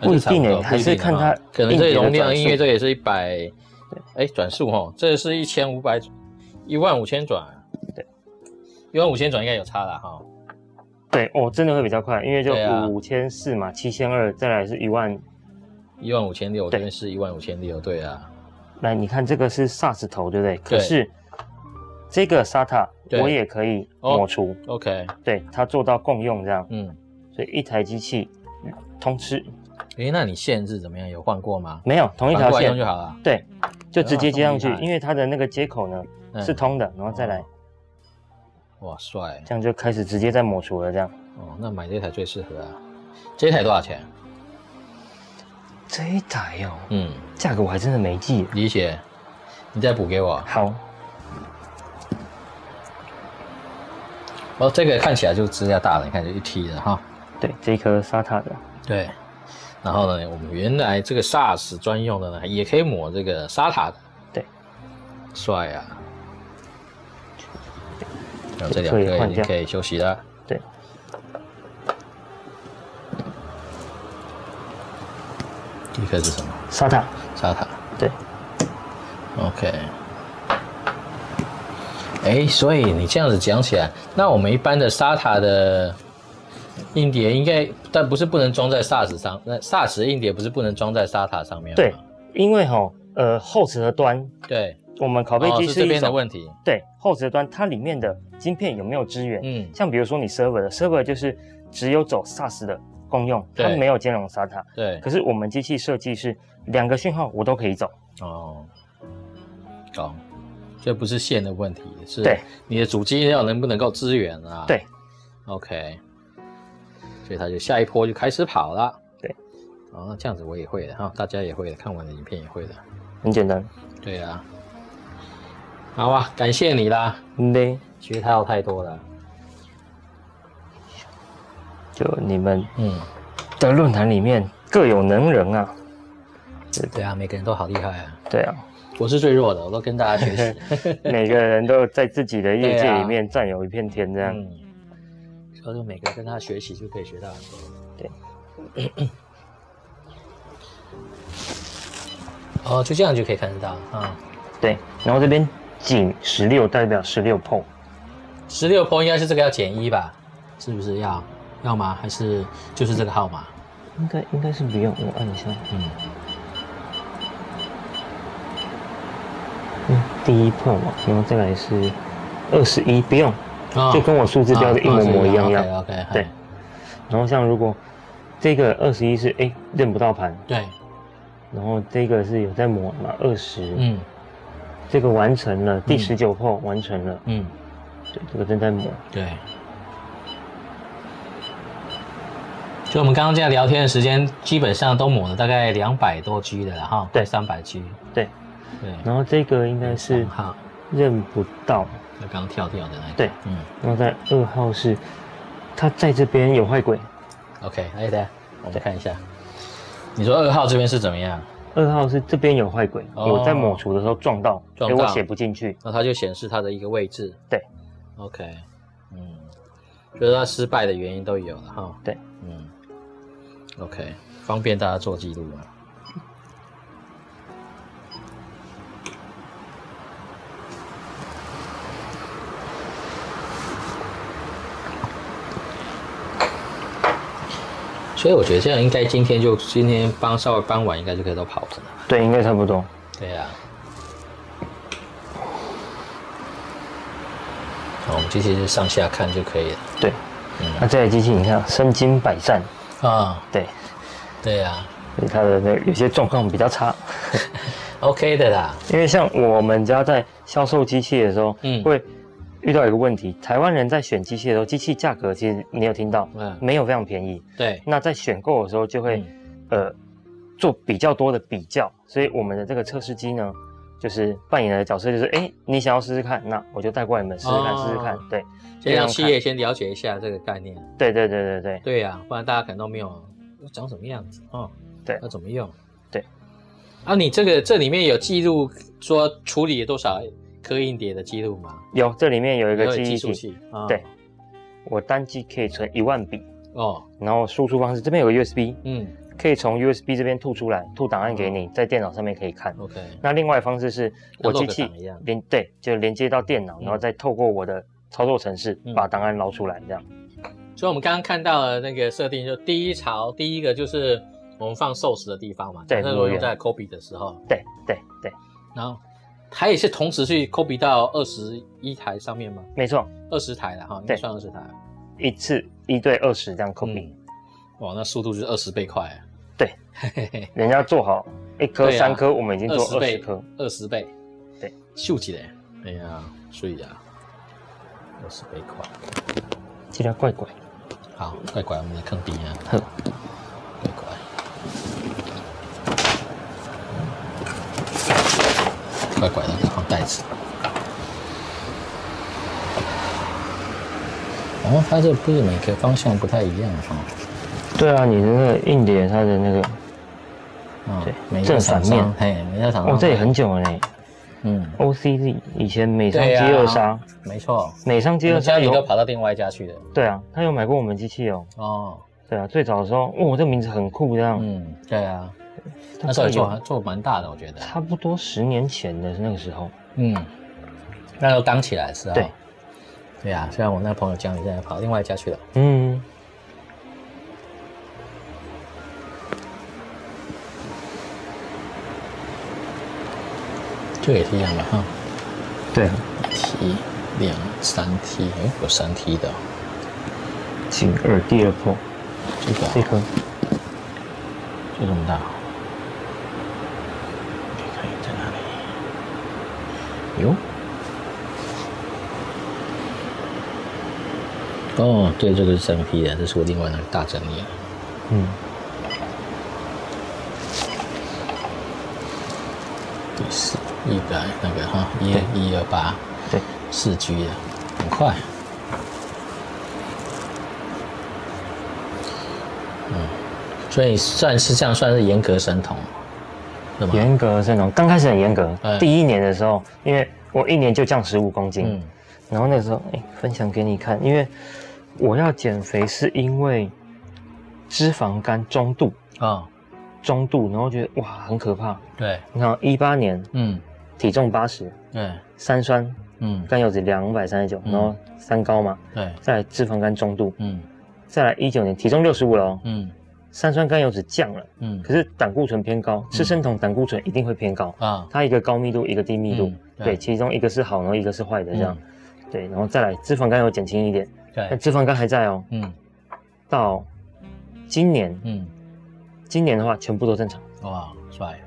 Speaker 2: 不一定
Speaker 1: 哎这差多
Speaker 2: 欸还是
Speaker 1: 不一定
Speaker 2: 看它
Speaker 1: 啊可能这
Speaker 2: 硬碟的
Speaker 1: 容量，
Speaker 2: 转速
Speaker 1: 因为这也是一百，哎，转速哦，这是一千五百，一万五千转，啊
Speaker 2: 对，
Speaker 1: 一万五千转应该有差了哈。
Speaker 2: 对哦，真的会比较快，因为就
Speaker 1: 对啊
Speaker 2: 五千四嘛，七千二，再来是一万。
Speaker 1: 一万五千六，我这
Speaker 2: 对
Speaker 1: 边是一万五千六，对啊，
Speaker 2: 来，你看这个是 SAS 头，对不对？
Speaker 1: 对
Speaker 2: 可是这个 SATA
Speaker 1: 对
Speaker 2: 我也可以
Speaker 1: 哦
Speaker 2: 抹除，
Speaker 1: OK，
Speaker 2: 对，它做到共用这样，
Speaker 1: 嗯，
Speaker 2: 所以一台机器嗯通吃
Speaker 1: 诶，那你线是怎么样？有换过吗？
Speaker 2: 没有同一
Speaker 1: 反
Speaker 2: 条
Speaker 1: 过来
Speaker 2: 线
Speaker 1: 用就，好了。
Speaker 2: 对，就直接接上去
Speaker 1: 啊这么厉，害
Speaker 2: 因为它的那个接口呢
Speaker 1: 嗯
Speaker 2: 是通的，然后再来，
Speaker 1: 哇，帅
Speaker 2: 这样就开始直接在抹除了这样。
Speaker 1: 哦，那买这台最适合啊。这台多少钱？
Speaker 2: 这一台哦，
Speaker 1: 嗯，
Speaker 2: 价格我还真的没记耶。
Speaker 1: 理解。你再补给我。
Speaker 2: 好，
Speaker 1: 哦，这个看起来就资料大了，你看就一 T 的哈。
Speaker 2: 对，这一颗 SATA 的，
Speaker 1: 对。然后呢，我们原来这个 SARS 专用的呢，也可以抹这个 SATA 的。
Speaker 2: 对，
Speaker 1: 帅啊！那这
Speaker 2: 这
Speaker 1: 两
Speaker 2: 可以
Speaker 1: 个
Speaker 2: 换
Speaker 1: 已经
Speaker 2: 掉
Speaker 1: 可以休息了。
Speaker 2: 对，
Speaker 1: 第一个是什么？
Speaker 2: SATA，
Speaker 1: 沙塔。
Speaker 2: 对，
Speaker 1: OK。哎，所以你这样子讲起来，那我们一般的 SATA 的硬碟应该，但不是不能装在 SAS 上，那 SAS 硬碟不是不能装在 SATA 上面吗？
Speaker 2: 对，因为哈、呃后池的端，
Speaker 1: 对，
Speaker 2: 我们拷贝
Speaker 1: 哦
Speaker 2: 机
Speaker 1: 是
Speaker 2: 是
Speaker 1: 这
Speaker 2: 一
Speaker 1: 边的
Speaker 2: 种，
Speaker 1: 问题。
Speaker 2: 对，后池的端它里面的晶片有没有支援？
Speaker 1: 嗯，
Speaker 2: 像比如说你 server 的 server 就是只有走 SAS 的共用，它
Speaker 1: 对
Speaker 2: 没有兼容 SATA。
Speaker 1: 对，
Speaker 2: 可是我们机器设计是两个讯号我都可以走，
Speaker 1: 哦，懂。这不是线的问题，是
Speaker 2: 对
Speaker 1: 你的主机要能不能够支援啊？
Speaker 2: 对
Speaker 1: ，OK，所以他就下一波就开始跑了。
Speaker 2: 对，
Speaker 1: 哦，那这样子我也会的哈，大家也会的，看完的影片也会的。
Speaker 2: 很简单。
Speaker 1: 对啊，好啊，感谢你啦，
Speaker 2: 嘞，
Speaker 1: 学到太多了。
Speaker 2: 就你们
Speaker 1: 嗯，
Speaker 2: 的论坛里面各有能人啊，
Speaker 1: 对啊，每个人都好厉害啊，
Speaker 2: 对啊，
Speaker 1: 我是最弱的，我都跟大家学 习。
Speaker 2: 每个人都在自己的业
Speaker 1: 对
Speaker 2: 界
Speaker 1: 啊
Speaker 2: 里面占有一片天这样。
Speaker 1: 嗯，所以就每个人跟他学习就可以学到很多。
Speaker 2: 对。
Speaker 1: 哦，就这样就可以看得到啊。
Speaker 2: 对，然后这边仅十六代表十六 p o
Speaker 1: 十六坡应该是这个要减一吧？是不是要要吗？还是就是这个号码？
Speaker 2: 应该应该是不用，我按一下。
Speaker 1: 嗯，
Speaker 2: 嗯，第一 p o 嘛，然后再来是二十一，不用，
Speaker 1: 哦啊
Speaker 2: 就跟我数字标的一模模一样样。
Speaker 1: OK OK
Speaker 2: 对然后像如果这个二十一是哎认不到盘，
Speaker 1: 对，
Speaker 2: 然后这个是有在磨嘛二十，20,
Speaker 1: 嗯
Speaker 2: 这个完成了，第
Speaker 1: 嗯
Speaker 2: 十九破完成了，
Speaker 1: 嗯
Speaker 2: 对，这个正在磨，
Speaker 1: 对。就我们刚刚这样聊天的时间，基本上都抹了大概两百多 G 的了哈，
Speaker 2: 对
Speaker 1: 三百 G，
Speaker 2: 对，
Speaker 1: 对，
Speaker 2: 然后这个应该是
Speaker 1: 三号，
Speaker 2: 认不到，
Speaker 1: 就刚刚跳掉的那个，
Speaker 2: 对，
Speaker 1: 嗯
Speaker 2: 然后在二号是它在这边有坏轨，
Speaker 1: ，OK，哎，等一下我们看一下，你说二号这边是怎么样？
Speaker 2: 二号是这边有坏轨，
Speaker 1: 哦
Speaker 2: 我在抹除的时候撞到，
Speaker 1: 撞
Speaker 2: 所以我
Speaker 1: 到
Speaker 2: 写不进去，
Speaker 1: 那它就显示它的一个位置。
Speaker 2: 对
Speaker 1: ，OK，嗯，就是它失败的原因都有了哈。
Speaker 2: 对，
Speaker 1: 嗯，OK，方便大家做记录嘛。所以我觉得这样应该今天就今天帮稍微帮完，应该就可以都跑完了。
Speaker 2: 对，应该差不多。
Speaker 1: 对啊呀、好，我们这些就上下看就可以了。
Speaker 2: 对，那这台机器你看身经百战，
Speaker 1: 啊、
Speaker 2: 对，
Speaker 1: 对啊呀、
Speaker 2: 所以它的那个有些状况比较差。
Speaker 1: o k 的啦。
Speaker 2: 因为像我们家在销售机器的时候，
Speaker 1: 嗯
Speaker 2: 会遇到一个问题，台湾人在选机器的时候，机器价格其实你有听到，
Speaker 1: 嗯
Speaker 2: 没有非常便宜。
Speaker 1: 对，
Speaker 2: 那在选购的时候就会、呃做比较多的比较，所以我们的这个测试机呢，就是扮演的角色就是，哎、你想要试试看，那我就带过来你们试试看，
Speaker 1: 哦
Speaker 2: 试试看，对，
Speaker 1: 先让企
Speaker 2: 这样
Speaker 1: 业先了解一下这个概念。
Speaker 2: 看，对对对对对，
Speaker 1: 对呀、不然大家可能都没有长什么样子哦。
Speaker 2: 对
Speaker 1: 要怎么用？
Speaker 2: 对。
Speaker 1: 啊，你这个这里面有记录说处理了多少颗硬碟的记录吗？
Speaker 2: 有这里面有一
Speaker 1: 还
Speaker 2: 个
Speaker 1: 有
Speaker 2: 记
Speaker 1: 计
Speaker 2: 忆
Speaker 1: 数
Speaker 2: 体，
Speaker 1: 器啊。
Speaker 2: 对我单机可以存一万笔，
Speaker 1: 哦，
Speaker 2: 然后输出方式这边有个 USB，
Speaker 1: 嗯
Speaker 2: 可以从 USB 这边吐出来，吐档案给你，在电脑上面可以看。
Speaker 1: ，OK，
Speaker 2: 那另外的方式是我
Speaker 1: 像
Speaker 2: 机
Speaker 1: 哦 log
Speaker 2: 器
Speaker 1: 档一样
Speaker 2: 连对，就连接到电脑，然后再透过我的操作程式
Speaker 1: 嗯
Speaker 2: 把档案捞出来，这样。
Speaker 1: 所以我们刚刚看到了那个设定，就第一槽第一个就是我们放 source 的地方嘛，
Speaker 2: 对
Speaker 1: 那如果用在 copy 的时候，
Speaker 2: 对对对，
Speaker 1: 然后它也是同时去 copy 到二十一台上面吗？
Speaker 2: 没错，
Speaker 1: 二十台了哈，应该
Speaker 2: 对
Speaker 1: 算二十台。
Speaker 2: 一次一对二十这样 copy，、
Speaker 1: 嗯，哇，那速度就是二十倍快、啊。
Speaker 2: 对
Speaker 1: 嘿嘿嘿，
Speaker 2: 人家做好一
Speaker 1: 哎
Speaker 2: 颗
Speaker 1: 对啊
Speaker 2: 三颗，我们已经
Speaker 1: 二
Speaker 2: 做
Speaker 1: 十
Speaker 2: 二十
Speaker 1: 倍
Speaker 2: 颗，，
Speaker 1: 二十倍，
Speaker 2: 对，
Speaker 1: 秀起来。哎呀，所以啊，二十倍快。
Speaker 2: 这条怪怪。
Speaker 1: 好，乖乖，我们来看 B 啊，
Speaker 2: 好
Speaker 1: 乖乖，乖乖的，然后袋子。哦，它这不是每个方向不太一样哦。
Speaker 2: 对啊，你的那个硬碟它的那个，
Speaker 1: 啊嗯
Speaker 2: 对
Speaker 1: 每个
Speaker 2: 正
Speaker 1: 厂
Speaker 2: 反
Speaker 1: 商，嘿，每个厂商，
Speaker 2: 哦，这也，很久了呢。
Speaker 1: 嗯，
Speaker 2: OCZ 以前美商
Speaker 1: 对
Speaker 2: 机
Speaker 1: 啊
Speaker 2: 二杀，
Speaker 1: 没错，
Speaker 2: 美商机
Speaker 1: 我
Speaker 2: 二
Speaker 1: 们家
Speaker 2: 杀
Speaker 1: 里都
Speaker 2: 有，
Speaker 1: 跑到另外一家去了。
Speaker 2: 对啊，他有买过我们机器哦。
Speaker 1: 哦，
Speaker 2: 对啊，最早的时候，哇，这名字很酷，这样。
Speaker 1: 嗯，对啊，
Speaker 2: 大概
Speaker 1: 那时候也
Speaker 2: 有
Speaker 1: 做做蛮大的，我觉得。
Speaker 2: 差不多十年前的那个时候，
Speaker 1: 嗯，那时候刚起来是啊。
Speaker 2: 对。
Speaker 1: 对啊，虽然我那朋友讲你现在跑到另外一家去了。
Speaker 2: 嗯，
Speaker 1: 这个也是一样的哈。
Speaker 2: 对，啊
Speaker 1: T 两三 T，哎，有三 T 的哦，
Speaker 2: 进二第二波
Speaker 1: 这个
Speaker 2: 这颗，
Speaker 1: 就这么大。
Speaker 2: 看在哪里？
Speaker 1: 哟。哦，对，这个是三 P 的，这是我另外那个大整理。
Speaker 2: 嗯，
Speaker 1: 第四一百那个哈，一一二八
Speaker 2: 对，
Speaker 1: 四 G 的，很快。嗯，所以算是这样，算是严格神童，对吧？
Speaker 2: 严格这种，刚开始很严格
Speaker 1: 哎，
Speaker 2: 第一年的时候，因为我一年就降十五公斤，
Speaker 1: 嗯
Speaker 2: 然后那个时候，哎、分享给你看，因为我要减肥是因为脂肪肝中度，
Speaker 1: 哦，
Speaker 2: 中度，然后觉得哇很可怕。
Speaker 1: 对，
Speaker 2: 你看，一八年
Speaker 1: 嗯，
Speaker 2: 体重八十，
Speaker 1: 对，
Speaker 2: 三酸
Speaker 1: 嗯，
Speaker 2: 甘油脂两百三十九，
Speaker 1: 嗯
Speaker 2: 然后三高嘛，
Speaker 1: 对，
Speaker 2: 再来脂肪肝中度，
Speaker 1: 嗯
Speaker 2: 再来一九年体重六十五了哦，
Speaker 1: 嗯
Speaker 2: 三酸甘油脂降了，
Speaker 1: 嗯，
Speaker 2: 可是胆固醇偏高，吃生酮胆固醇一定会偏高，
Speaker 1: 啊，
Speaker 2: 它一个高密度，一个低密度，
Speaker 1: 嗯对嗯
Speaker 2: 对，其中一个是好，然后一个是坏的这样，对，然后再来脂肪肝有减轻一点，但
Speaker 1: 对，
Speaker 2: 脂肪肝还在哦，
Speaker 1: 嗯
Speaker 2: 到今年，
Speaker 1: 嗯，
Speaker 2: 今年的话全部都正常，
Speaker 1: 哇，帅，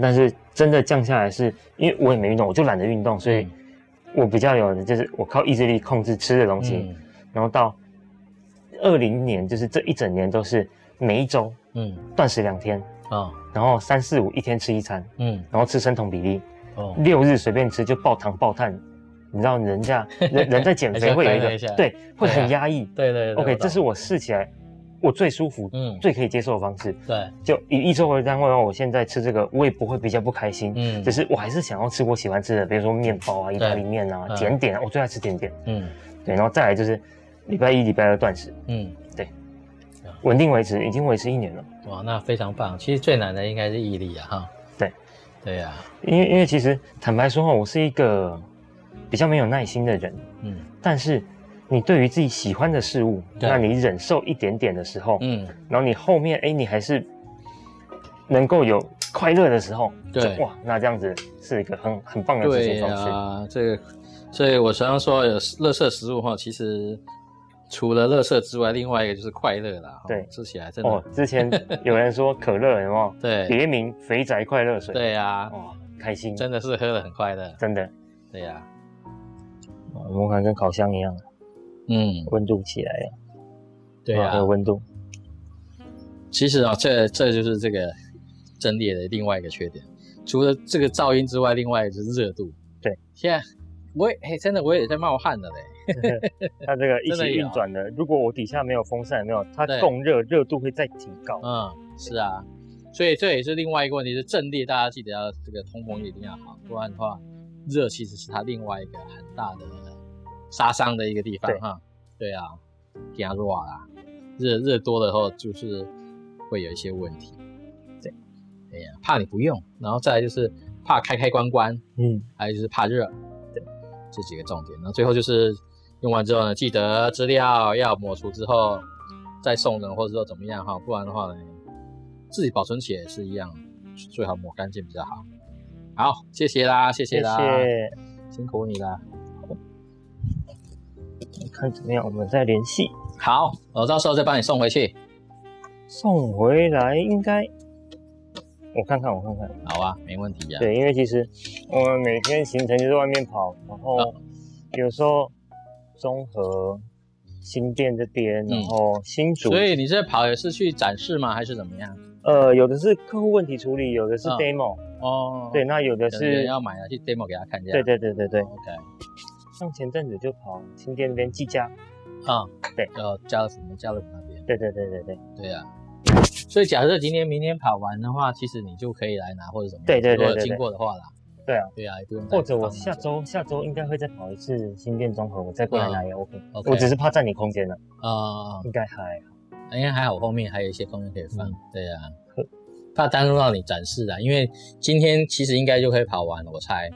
Speaker 2: 但是真的降下来是因为我也没运动，我就懒得运动，所以
Speaker 1: 嗯
Speaker 2: 我比较有的就是我靠意志力控制吃的东西，
Speaker 1: 嗯
Speaker 2: 然后到二零年就是这一整年都是每一周
Speaker 1: 嗯，
Speaker 2: 断食两天，
Speaker 1: 啊，
Speaker 2: 然后三四五一天吃一餐，
Speaker 1: 嗯
Speaker 2: 然后吃生酮比例，
Speaker 1: 哦，
Speaker 2: 六日随便吃就爆糖爆碳，你知道 人家人人在减
Speaker 1: 还是
Speaker 2: 肥
Speaker 1: 要
Speaker 2: 会有一
Speaker 1: 快乐
Speaker 2: 个
Speaker 1: 一下
Speaker 2: 对，会
Speaker 1: 对啊
Speaker 2: 很压抑。
Speaker 1: 对对对
Speaker 2: OK，
Speaker 1: 懂
Speaker 2: 这是我试起来我最舒服、
Speaker 1: 嗯
Speaker 2: 最可以接受的方式。
Speaker 1: 对，
Speaker 2: 就以一周为单位的话，我现在吃这个，我也不会比较不开心。
Speaker 1: 嗯
Speaker 2: 只是我还是想要吃我喜欢吃的，比如说面包啊、意大利面啊
Speaker 1: 嗯、
Speaker 2: 甜点啊，我最爱吃甜点。
Speaker 1: 嗯
Speaker 2: 对，然后再来就是礼拜一、礼拜二断食，
Speaker 1: 嗯，
Speaker 2: 稳定维持，已经维持一年了。
Speaker 1: 哇，那非常棒。其实最难的应该是毅力啊，哈，
Speaker 2: 对，
Speaker 1: 对啊呀，
Speaker 2: 因为因为其实坦白说哈，我是一个比较没有耐心的人，
Speaker 1: 嗯
Speaker 2: 但是你对于自己喜欢的事物，
Speaker 1: 对
Speaker 2: 那你忍受一点点的时候，
Speaker 1: 嗯，
Speaker 2: 然后你后面哎，你还是能够有快乐的时候，就
Speaker 1: 对
Speaker 2: 哇，那这样子是一个很很棒的执
Speaker 1: 对啊
Speaker 2: 行
Speaker 1: 呀、
Speaker 2: 方式。
Speaker 1: 这个，所以我常常说有垃圾食物哈，其实除了垃圾之外，另外一个就是快乐啦。哈
Speaker 2: 对
Speaker 1: 吃起来真的、
Speaker 2: 哦，之前 有人说可乐有没有
Speaker 1: 对
Speaker 2: 别名“肥宅快乐水”？，
Speaker 1: 对呀、
Speaker 2: 哦，开心，
Speaker 1: 真的是喝的很快乐。
Speaker 2: 真的，
Speaker 1: 对啊呀、
Speaker 2: 哦我感觉跟烤箱一样，
Speaker 1: 嗯，
Speaker 2: 温度起来了，
Speaker 1: 对啊呀、
Speaker 2: 哦有温度，
Speaker 1: 其实啊、这这就是这个阵列的另外一个缺点，除了这个噪音之外，另外一个就是热度。
Speaker 2: 对，
Speaker 1: 现在我也嘿，真的我也在冒汗了嘞。
Speaker 2: 它这个一
Speaker 1: 真的
Speaker 2: 起
Speaker 1: 有
Speaker 2: 运转的，如果我底下没有风扇，有没有它
Speaker 1: 对
Speaker 2: 供热，热度会再提高。
Speaker 1: 嗯，是啊，所以这也是另外一个问题，是阵列大家记得要这个通风一定要好，不然的话，热其实是它另外一个很大的杀伤的一个地方
Speaker 2: 对
Speaker 1: 哈。对啊，加热啦，热热多了后就是会有一些问题。对，哎呀，怕你不用，然后再来就是怕开开关关，
Speaker 2: 嗯，
Speaker 1: 还有就是怕热，对，这几个重点。那最后就是用完之后呢，记得资料要抹除之后再送人，或者说怎么样哈，不然的话呢，自己保存起来也是一样，最好抹干净比较好。好，谢谢啦，谢
Speaker 2: 谢
Speaker 1: 啦，
Speaker 2: 谢。
Speaker 1: 辛苦你啦。
Speaker 2: 看怎么样，我们再联系
Speaker 1: 好，我到时候再帮你送回去，
Speaker 2: 送回来，应该我看看，我看看。
Speaker 1: 好啊，没问题呀、
Speaker 2: 对，因为其实我们每天行程就在外面跑，然后
Speaker 1: 啊
Speaker 2: 有时候综合新店这边，然后新竹，
Speaker 1: 嗯所以你这跑也是去展示吗？还是怎么样？
Speaker 2: 呃，有的是客户问题处理，有的是
Speaker 1: 嗯
Speaker 2: demo，、
Speaker 1: 哦，
Speaker 2: 对，，那有的
Speaker 1: 有人
Speaker 2: 是，
Speaker 1: 要买了啊去 demo 给他看一下。
Speaker 2: 对对对对对，
Speaker 1: ，OK，
Speaker 2: 像前阵子就跑新店那边季家，
Speaker 1: 啊、
Speaker 2: 对，
Speaker 1: 呃，家乐福，我们家乐福那边。
Speaker 2: 对对对对对
Speaker 1: 对呀、所以假设今天、明天跑完的话，其实你就可以来拿或者什么。
Speaker 2: 对对
Speaker 1: 如果
Speaker 2: 对
Speaker 1: 有
Speaker 2: 对对
Speaker 1: 经过的话啦。
Speaker 2: 对啊。
Speaker 1: 对啊，也不用再
Speaker 2: 或者我
Speaker 1: 放那
Speaker 2: 下
Speaker 1: 个
Speaker 2: 周下周应该会再跑一次新店综合，我再过来
Speaker 1: 嗯
Speaker 2: 拿也 OK，、
Speaker 1: OK
Speaker 2: 我只是怕占你空间了，
Speaker 1: 啊、
Speaker 2: 应该还好，
Speaker 1: 应该哎还好，后面还有一些空间可以放。
Speaker 2: 嗯
Speaker 1: 对呀、怕耽误到你展示啊啦，因为今天其实应该就可以跑完了，我猜。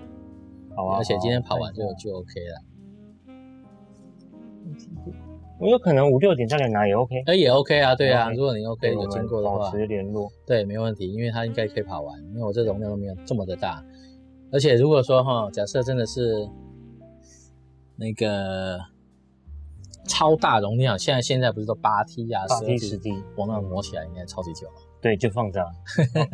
Speaker 2: 好啊，
Speaker 1: 而且
Speaker 2: 好啊
Speaker 1: 今天跑完
Speaker 2: 看一
Speaker 1: 就
Speaker 2: 下
Speaker 1: 就 OK 了，
Speaker 2: 我有可能五六点再来拿也 OK。
Speaker 1: 哎也 OK 啊，对啊，
Speaker 2: OK
Speaker 1: 如果你 OK 有经过的
Speaker 2: 哦我们
Speaker 1: 话
Speaker 2: 保，持联络。
Speaker 1: 对，没问题，因为它应该可以跑完，因为我这容量都没有这么的大。而且如果说哈，假设真的是那个超大容量，现在现在不是都八 T 啊、
Speaker 2: 八 T
Speaker 1: 12
Speaker 2: 十 T，嗯
Speaker 1: 我那磨起来应该超级久了。
Speaker 2: 对，就 放着啊，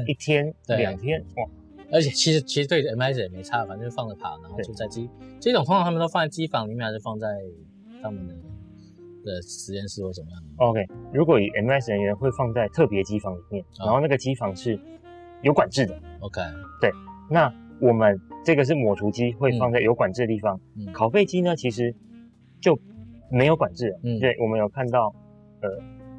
Speaker 2: 一天、
Speaker 1: 对
Speaker 2: 两天，哇，
Speaker 1: 而且其实其实对 MS 也没差，反正就放着跑，然后
Speaker 2: 对
Speaker 1: 就在机这种通常他们都放在机房里面，还是放在他们的的实验室或怎么样的。
Speaker 2: OK，如果以 MS 人员会放在特别机房里面，
Speaker 1: 啊
Speaker 2: 然后那个机房是有管制的。
Speaker 1: OK，
Speaker 2: 那我们这个是抹除机，会放在有管制的地方。
Speaker 1: 嗯
Speaker 2: 拷贝机呢，其实就没有管制了。
Speaker 1: 嗯
Speaker 2: 对，我们有看到，呃，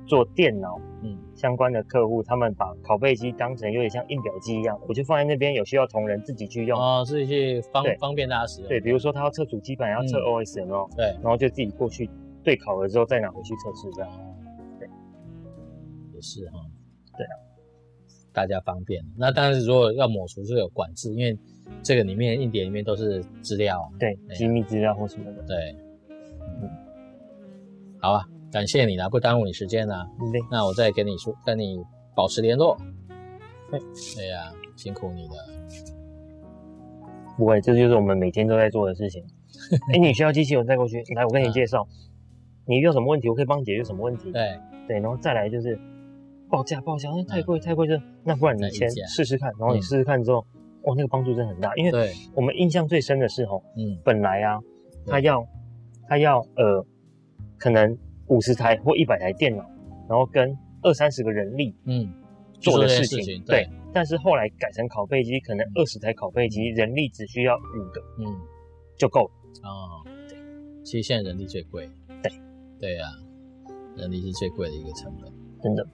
Speaker 2: 做电脑
Speaker 1: 嗯
Speaker 2: 相关的客户，他们把拷贝机当成有点像印表机一样，我就放在那边，有需要同仁自己去用。
Speaker 1: 哦，自己去方
Speaker 2: 对
Speaker 1: 方便大家使用。
Speaker 2: 对，比如说他要测主机板，要测
Speaker 1: 嗯
Speaker 2: OS 有没有？
Speaker 1: 对
Speaker 2: 哦然后就自己过去对考了之后再拿回去测试这样。
Speaker 1: 哦也是哈、
Speaker 2: 对
Speaker 1: 啊，大家方便。那当然，如果要抹除是有管制，因为这个里面硬碟里面都是资料啊。
Speaker 2: 对，
Speaker 1: 对
Speaker 2: 机密资料或什么的。
Speaker 1: 对，
Speaker 2: 嗯
Speaker 1: 好啊，感谢你啦，不耽误你时间啦。
Speaker 2: 对，
Speaker 1: 那我再跟你说，跟你保持联络。对呀、辛苦你了。
Speaker 2: 不会，这就是我们每天都在做的 事情。哎，你需要机器，我再过去。来，我跟你
Speaker 1: 嗯
Speaker 2: 介绍，你遇到什么问题，我可以帮你解决什么问题。
Speaker 1: 对，
Speaker 2: 对，然后再来就是报价，报价，哎，太贵，太贵，就那不然
Speaker 1: 嗯再
Speaker 2: 你
Speaker 1: 议
Speaker 2: 先
Speaker 1: 价
Speaker 2: 试试看，然后你
Speaker 1: 嗯
Speaker 2: 试试看之后，哦，那个帮助真的很大。因为
Speaker 1: 对，
Speaker 2: 我们印象最深的是，吼，
Speaker 1: 嗯，
Speaker 2: 本来啊，
Speaker 1: 对
Speaker 2: 他要他要呃，可能五十台或一百台电脑，然后跟二三十个人力
Speaker 1: 嗯，
Speaker 2: 做的
Speaker 1: 这件
Speaker 2: 事
Speaker 1: 事
Speaker 2: 情，
Speaker 1: 情
Speaker 2: 对。
Speaker 1: 对
Speaker 2: 但是后来改成拷贝机，可能
Speaker 1: 嗯
Speaker 2: 二十台拷贝机，人力只需要五个
Speaker 1: 嗯，
Speaker 2: 就够了。
Speaker 1: 哦，其实现在人力最贵。
Speaker 2: 嗯对，
Speaker 1: 对呀、人力是最贵的一个成本。
Speaker 2: 真的，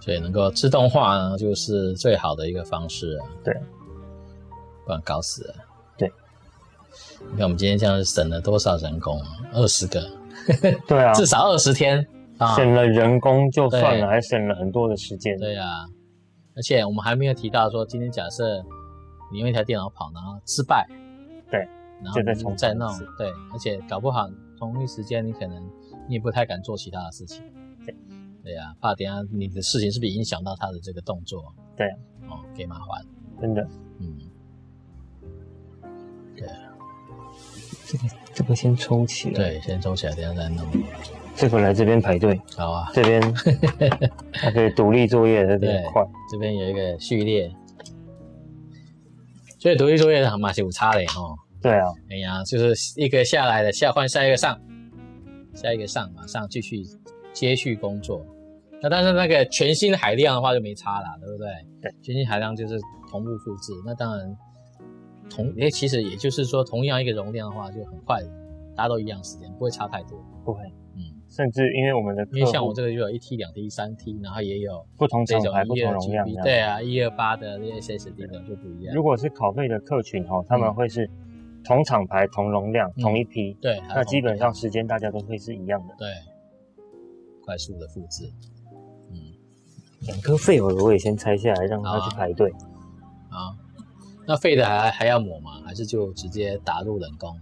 Speaker 1: 所以能够自动化呢，就是最好的一个方式、啊。
Speaker 2: 对，
Speaker 1: 不然搞死了。
Speaker 2: 对，
Speaker 1: 你看我们今天这样省了多少人工啊？二十个，
Speaker 2: 对啊，
Speaker 1: 至少二十天啊！
Speaker 2: 省了人工就算
Speaker 1: 对
Speaker 2: 了，还省了很多的时间。
Speaker 1: 对啊，而且我们还没有提到说，今天假设你用一台电脑跑，然后失败，
Speaker 2: 对，
Speaker 1: 然后
Speaker 2: 就再
Speaker 1: 你
Speaker 2: 重
Speaker 1: 再
Speaker 2: 弄
Speaker 1: 弄
Speaker 2: 一次，
Speaker 1: 对，而且搞不好同一时间你可能你也不太敢做其他的事情，对呀、怕等一下你的事情是不是影响到他的这个动作？
Speaker 2: 对，
Speaker 1: 哦，给麻烦，
Speaker 2: 真的。
Speaker 1: 嗯，
Speaker 2: 这个先抽起来，
Speaker 1: 对，先抽起来，等一下再弄，
Speaker 2: 这个来这边排队，
Speaker 1: 好啊，
Speaker 2: 这 边它可以独立作业，这边
Speaker 1: 对
Speaker 2: 快。
Speaker 1: 这边有一个序列，所以独立作业嘛是有差的哦。
Speaker 2: 对啊，
Speaker 1: 哎呀，就是一个下来了，下换下一个上，下一个上，马上继续接续工作。那但是那个全新海量的话就没差啦，对不对？
Speaker 2: 对，
Speaker 1: 全新海量就是同步复制。那当然同诶，其实也就是说，同样一个容量的话，就很快，大家都一样时间，不会差太多。
Speaker 2: 不会。
Speaker 1: 嗯，
Speaker 2: 甚至因为我们的
Speaker 1: 因为
Speaker 2: 客
Speaker 1: 像我
Speaker 2: 户
Speaker 1: 这个就有一 T、两 T、三 T，然后也有
Speaker 2: 不同
Speaker 1: 这
Speaker 2: 厂
Speaker 1: 种
Speaker 2: 牌、不
Speaker 1: 一
Speaker 2: 同
Speaker 1: 二
Speaker 2: 容量
Speaker 1: GB，
Speaker 2: 这样，
Speaker 1: 对啊，一二八的那 SSD 的就不一样
Speaker 2: 如。果是拷贝的客群哦，他们
Speaker 1: 嗯
Speaker 2: 会是同厂牌、同容量、
Speaker 1: 嗯
Speaker 2: 同一批，
Speaker 1: 对，还有
Speaker 2: 那基本
Speaker 1: 同
Speaker 2: 上时间大家都会是一样的。
Speaker 1: 对，快速的复制。嗯，
Speaker 2: 两颗废油我也先拆下来，让他去排队。
Speaker 1: 好，那废的还还要抹吗？还是就直接打入冷宫？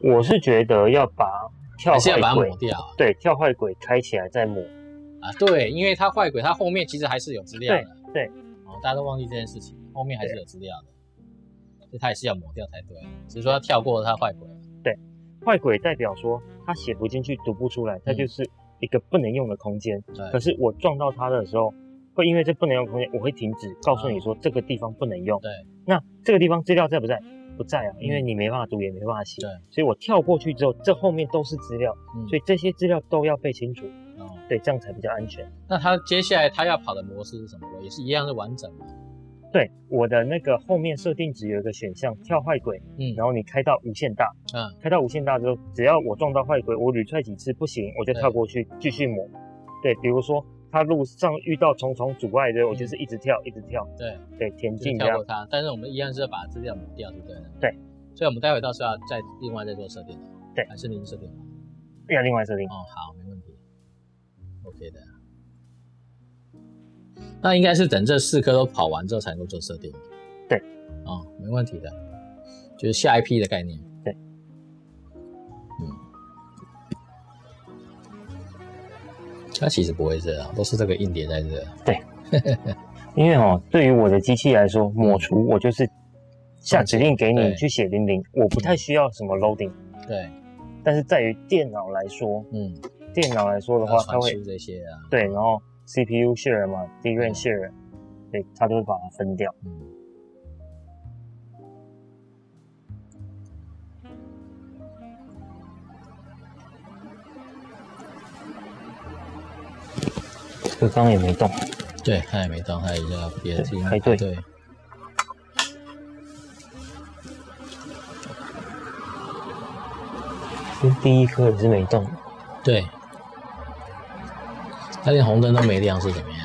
Speaker 2: 我是觉得要把跳
Speaker 1: 还是要把
Speaker 2: 坏
Speaker 1: 它
Speaker 2: 鬼
Speaker 1: 抹，掉啊？
Speaker 2: 对，跳坏鬼开起来再抹。
Speaker 1: 啊，对，因为它坏鬼，它后面其实还是有资料的。
Speaker 2: 对
Speaker 1: 哦，大家都忘记这件事情，后面还是有资料的，所以它也是要抹掉才对，只是说它跳过它坏鬼。
Speaker 2: 坏鬼代表说他写不进去、读不出来，它
Speaker 1: 嗯
Speaker 2: 就是一个不能用的空间。可
Speaker 1: 对，
Speaker 2: 是我撞到它的时候，会因为这不能用空间，我会停止，告诉你说这个地方不能用。
Speaker 1: 对，
Speaker 2: 那这个地方资料在不在？不在啊，因为你没办法读，也没办法写。
Speaker 1: 对，
Speaker 2: 所以我跳过去之后，这后面都是资料，
Speaker 1: 嗯
Speaker 2: 所以这些资料都要背清楚，
Speaker 1: 哦
Speaker 2: 对，这样才比较安全。
Speaker 1: 那它接下来它要跑的模式是什么？也是一样是完整嘛？
Speaker 2: 对，我的那个后面设定值有一个选项跳坏轨，
Speaker 1: 嗯
Speaker 2: 然后你开到无限大，
Speaker 1: 嗯，
Speaker 2: 开到无限大之后，只要我撞到坏鬼，我屡踹几次不行，我就跳过去继续抹。对，比如说他路上遇到重重阻碍的，我就是一直跳，一直跳，
Speaker 1: 对，
Speaker 2: 对，田
Speaker 1: 就是
Speaker 2: 径
Speaker 1: 嗯
Speaker 2: 这
Speaker 1: 跳
Speaker 2: 样
Speaker 1: 过。它，但是我们依然是要把资料抹掉，对不对？
Speaker 2: 对。
Speaker 1: 所以我们待会到时候要再另外再做设定。
Speaker 2: 对
Speaker 1: 还是您设定。
Speaker 2: 要另外设定，
Speaker 1: 哦，好，没问题，OK 的。那应该是等这四颗都跑完之后才能够做设定。
Speaker 2: 对，
Speaker 1: 哦，没问题的，就是下一批的概念。
Speaker 2: 对，
Speaker 1: 嗯，它其实不会热啊，都是这个硬碟在热。
Speaker 2: 因为哦，对于我的机器来说，抹除我就是下指令给你
Speaker 1: 对
Speaker 2: 去写零零，我不太需要什么 loading。
Speaker 1: 对，
Speaker 2: 但是在于电脑来说，
Speaker 1: 嗯，
Speaker 2: 电脑来说的
Speaker 1: 要
Speaker 2: 话，它
Speaker 1: 传
Speaker 2: 会
Speaker 1: 输这些啊，
Speaker 2: 对，然后 CPU share 嘛，DRAM share，对，它都会把它分掉。
Speaker 1: 嗯。
Speaker 2: 这个刚刚也没动。
Speaker 1: 对，他也没到，他也要别的地方
Speaker 2: 排队
Speaker 1: 对，
Speaker 2: 第一颗也是没动，
Speaker 1: 对，他连红灯都没亮是怎么样？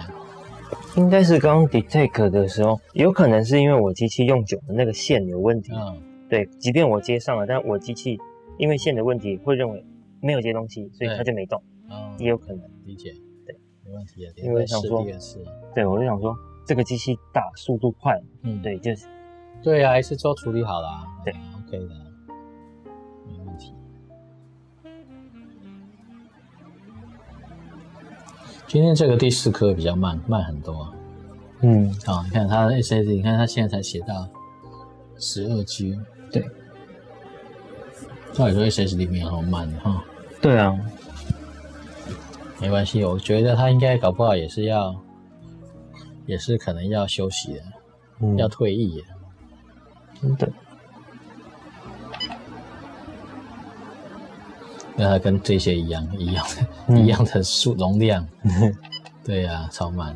Speaker 2: 应该是刚刚 detect 的时候，有可能是因为我机器用久了那个线有问题。
Speaker 1: 嗯，
Speaker 2: 对，即便我接上了，但我机器因为线的问题会认为没有接东西，所以它就没动，
Speaker 1: 哦
Speaker 2: 也有可能。
Speaker 1: 理解，
Speaker 2: 对，
Speaker 1: 没问题的。啊第
Speaker 2: 因为
Speaker 1: 二
Speaker 2: 想
Speaker 1: 次，
Speaker 2: 说
Speaker 1: 第二次，
Speaker 2: 对我就想说，这个机器大，速度快，
Speaker 1: 嗯，
Speaker 2: 对，就是
Speaker 1: 对啊，一次都处理好了、啊，
Speaker 2: 对
Speaker 1: 嗯，OK 的，没问题。今天这个第四颗比较慢，慢很多啊。
Speaker 2: 嗯，
Speaker 1: 啊，你看它的 SSD，你看它现在才写到十二 G，
Speaker 2: 对。
Speaker 1: 照理说 SSD 没有那么慢的哈，
Speaker 2: 对啊，
Speaker 1: 没关系，我觉得它应该搞不好也是要，也是可能要休息的，
Speaker 2: 嗯
Speaker 1: 要退役的。
Speaker 2: 真的，
Speaker 1: 让它跟这些一样一样的、
Speaker 2: 嗯
Speaker 1: 一样的数容量。 对呀、超慢。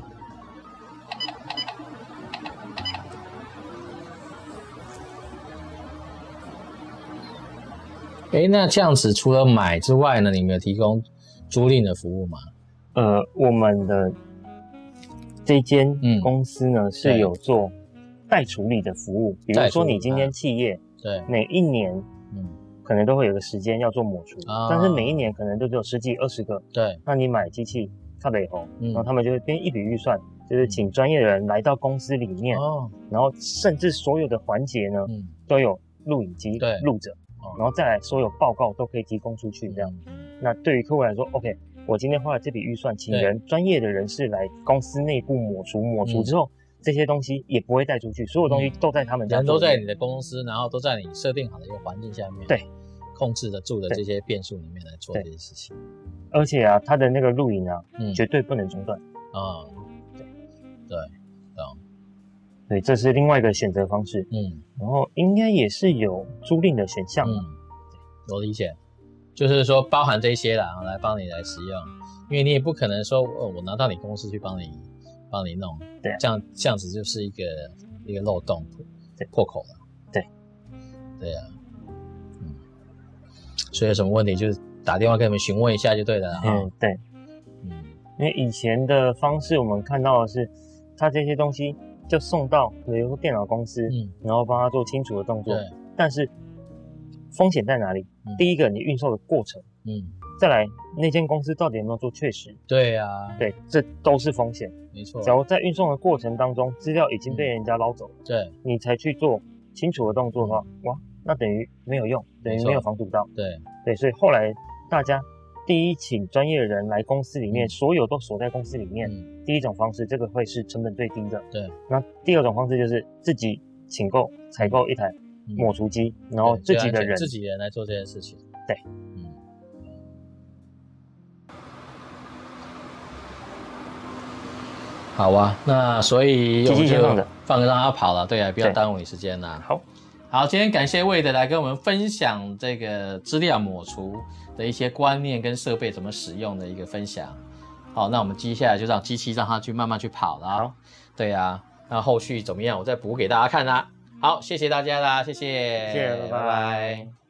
Speaker 1: 哎，那这样子除了买之外呢，你们有提供租赁的服务吗？
Speaker 2: 呃，我们的这间
Speaker 1: 嗯
Speaker 2: 公司呢、是
Speaker 1: 对
Speaker 2: 有做代处理的服务，比如
Speaker 1: 代处
Speaker 2: 说
Speaker 1: 理
Speaker 2: 你今天企业
Speaker 1: 对，
Speaker 2: 每一年
Speaker 1: 嗯，
Speaker 2: 可能都会有个时间要做抹除，
Speaker 1: 啊
Speaker 2: 但是每一年可能都只有十几二十个，
Speaker 1: 对，
Speaker 2: 那你买机器靠北红，
Speaker 1: 嗯
Speaker 2: 然哦后他们就会编一笔预算，就是请专业的人来到公司里面，
Speaker 1: 哦，
Speaker 2: 然后甚至所有的环节呢
Speaker 1: 嗯，
Speaker 2: 都有录影机
Speaker 1: 对
Speaker 2: 录着
Speaker 1: 哦，
Speaker 2: 然后再来所有报告都可以提供出去这样。那对于客户来说，OK，我今天花了这笔预算，请
Speaker 1: 对
Speaker 2: 人专业的人士来公司内部抹除，抹除
Speaker 1: 嗯
Speaker 2: 之后、这些东西也不会带出去，所有东西都在他们家
Speaker 1: 人都
Speaker 2: 做
Speaker 1: 在你的公司，然后都在你设定好的一个环境下面，
Speaker 2: 对，
Speaker 1: 控制得住的
Speaker 2: 对
Speaker 1: 这些变数里面来做
Speaker 2: 对
Speaker 1: 这些事情。
Speaker 2: 而且啊，他的那个录影啊，
Speaker 1: 嗯，
Speaker 2: 绝对不能中断。
Speaker 1: 啊，
Speaker 2: 对，这是另外一个选择方式。
Speaker 1: 嗯
Speaker 2: 然后应该也是有租赁的选项。
Speaker 1: 嗯，我理解，就是说包含这些啦，来帮你来使用，因为你也不可能说，哦，我拿到你公司去帮你帮你弄，
Speaker 2: 对啊
Speaker 1: 这样这样子就是一个一个漏洞破
Speaker 2: 对
Speaker 1: 破口了，
Speaker 2: 对，
Speaker 1: 对啊，嗯，所以有什么问题就是打电话跟你们询问一下就对了啊，
Speaker 2: 嗯，对，
Speaker 1: 嗯
Speaker 2: 因为以前的方式我们看到的是，他这些东西就送到比如说电脑公司，
Speaker 1: 嗯，
Speaker 2: 然后帮他做清除的动作
Speaker 1: 对。，
Speaker 2: 但是风险在哪里？
Speaker 1: 嗯
Speaker 2: 第一个，你运送的过程；
Speaker 1: 嗯，
Speaker 2: 再来，那间公司到底有没有做确实？
Speaker 1: 对啊，
Speaker 2: 对，这都是风险。
Speaker 1: 没错，
Speaker 2: 假如在运送的过程当中，资料已经被人家捞走了，
Speaker 1: 对
Speaker 2: 你才去做清除的动作的话，哇，那等于没有用，等
Speaker 1: 没
Speaker 2: 于
Speaker 1: 错
Speaker 2: 没有防堵到。
Speaker 1: 对，
Speaker 2: 对，所以后来大家第一请专业人来公司里面，
Speaker 1: 嗯
Speaker 2: 所有都锁在公司里面。
Speaker 1: 嗯
Speaker 2: 第一种方式，这个会是成本最低的。
Speaker 1: 对。
Speaker 2: 那第二种方式就是自己请购、采购一台
Speaker 1: 嗯
Speaker 2: 抹除机，然后
Speaker 1: 对
Speaker 2: 自
Speaker 1: 最
Speaker 2: 己
Speaker 1: 安
Speaker 2: 的
Speaker 1: 全
Speaker 2: 人
Speaker 1: 自己人来做这件事情，
Speaker 2: 对，
Speaker 1: 嗯。好啊，那所以我
Speaker 2: 机器
Speaker 1: 们就
Speaker 2: 先放着
Speaker 1: 放着让他跑了，对啊，不要
Speaker 2: 对
Speaker 1: 耽误你时间啦。
Speaker 2: 好，
Speaker 1: 好，今天感谢魏的来跟我们分享这个资料抹除的一些观念跟设备怎么使用的一个分享。好，那我们接下来就让机器让它去慢慢去跑了啊。
Speaker 2: 好
Speaker 1: 对呀、啊，那后续怎么样，我再补给大家看啦。好，谢谢大家啦，谢谢，
Speaker 2: 谢谢拜拜
Speaker 1: 拜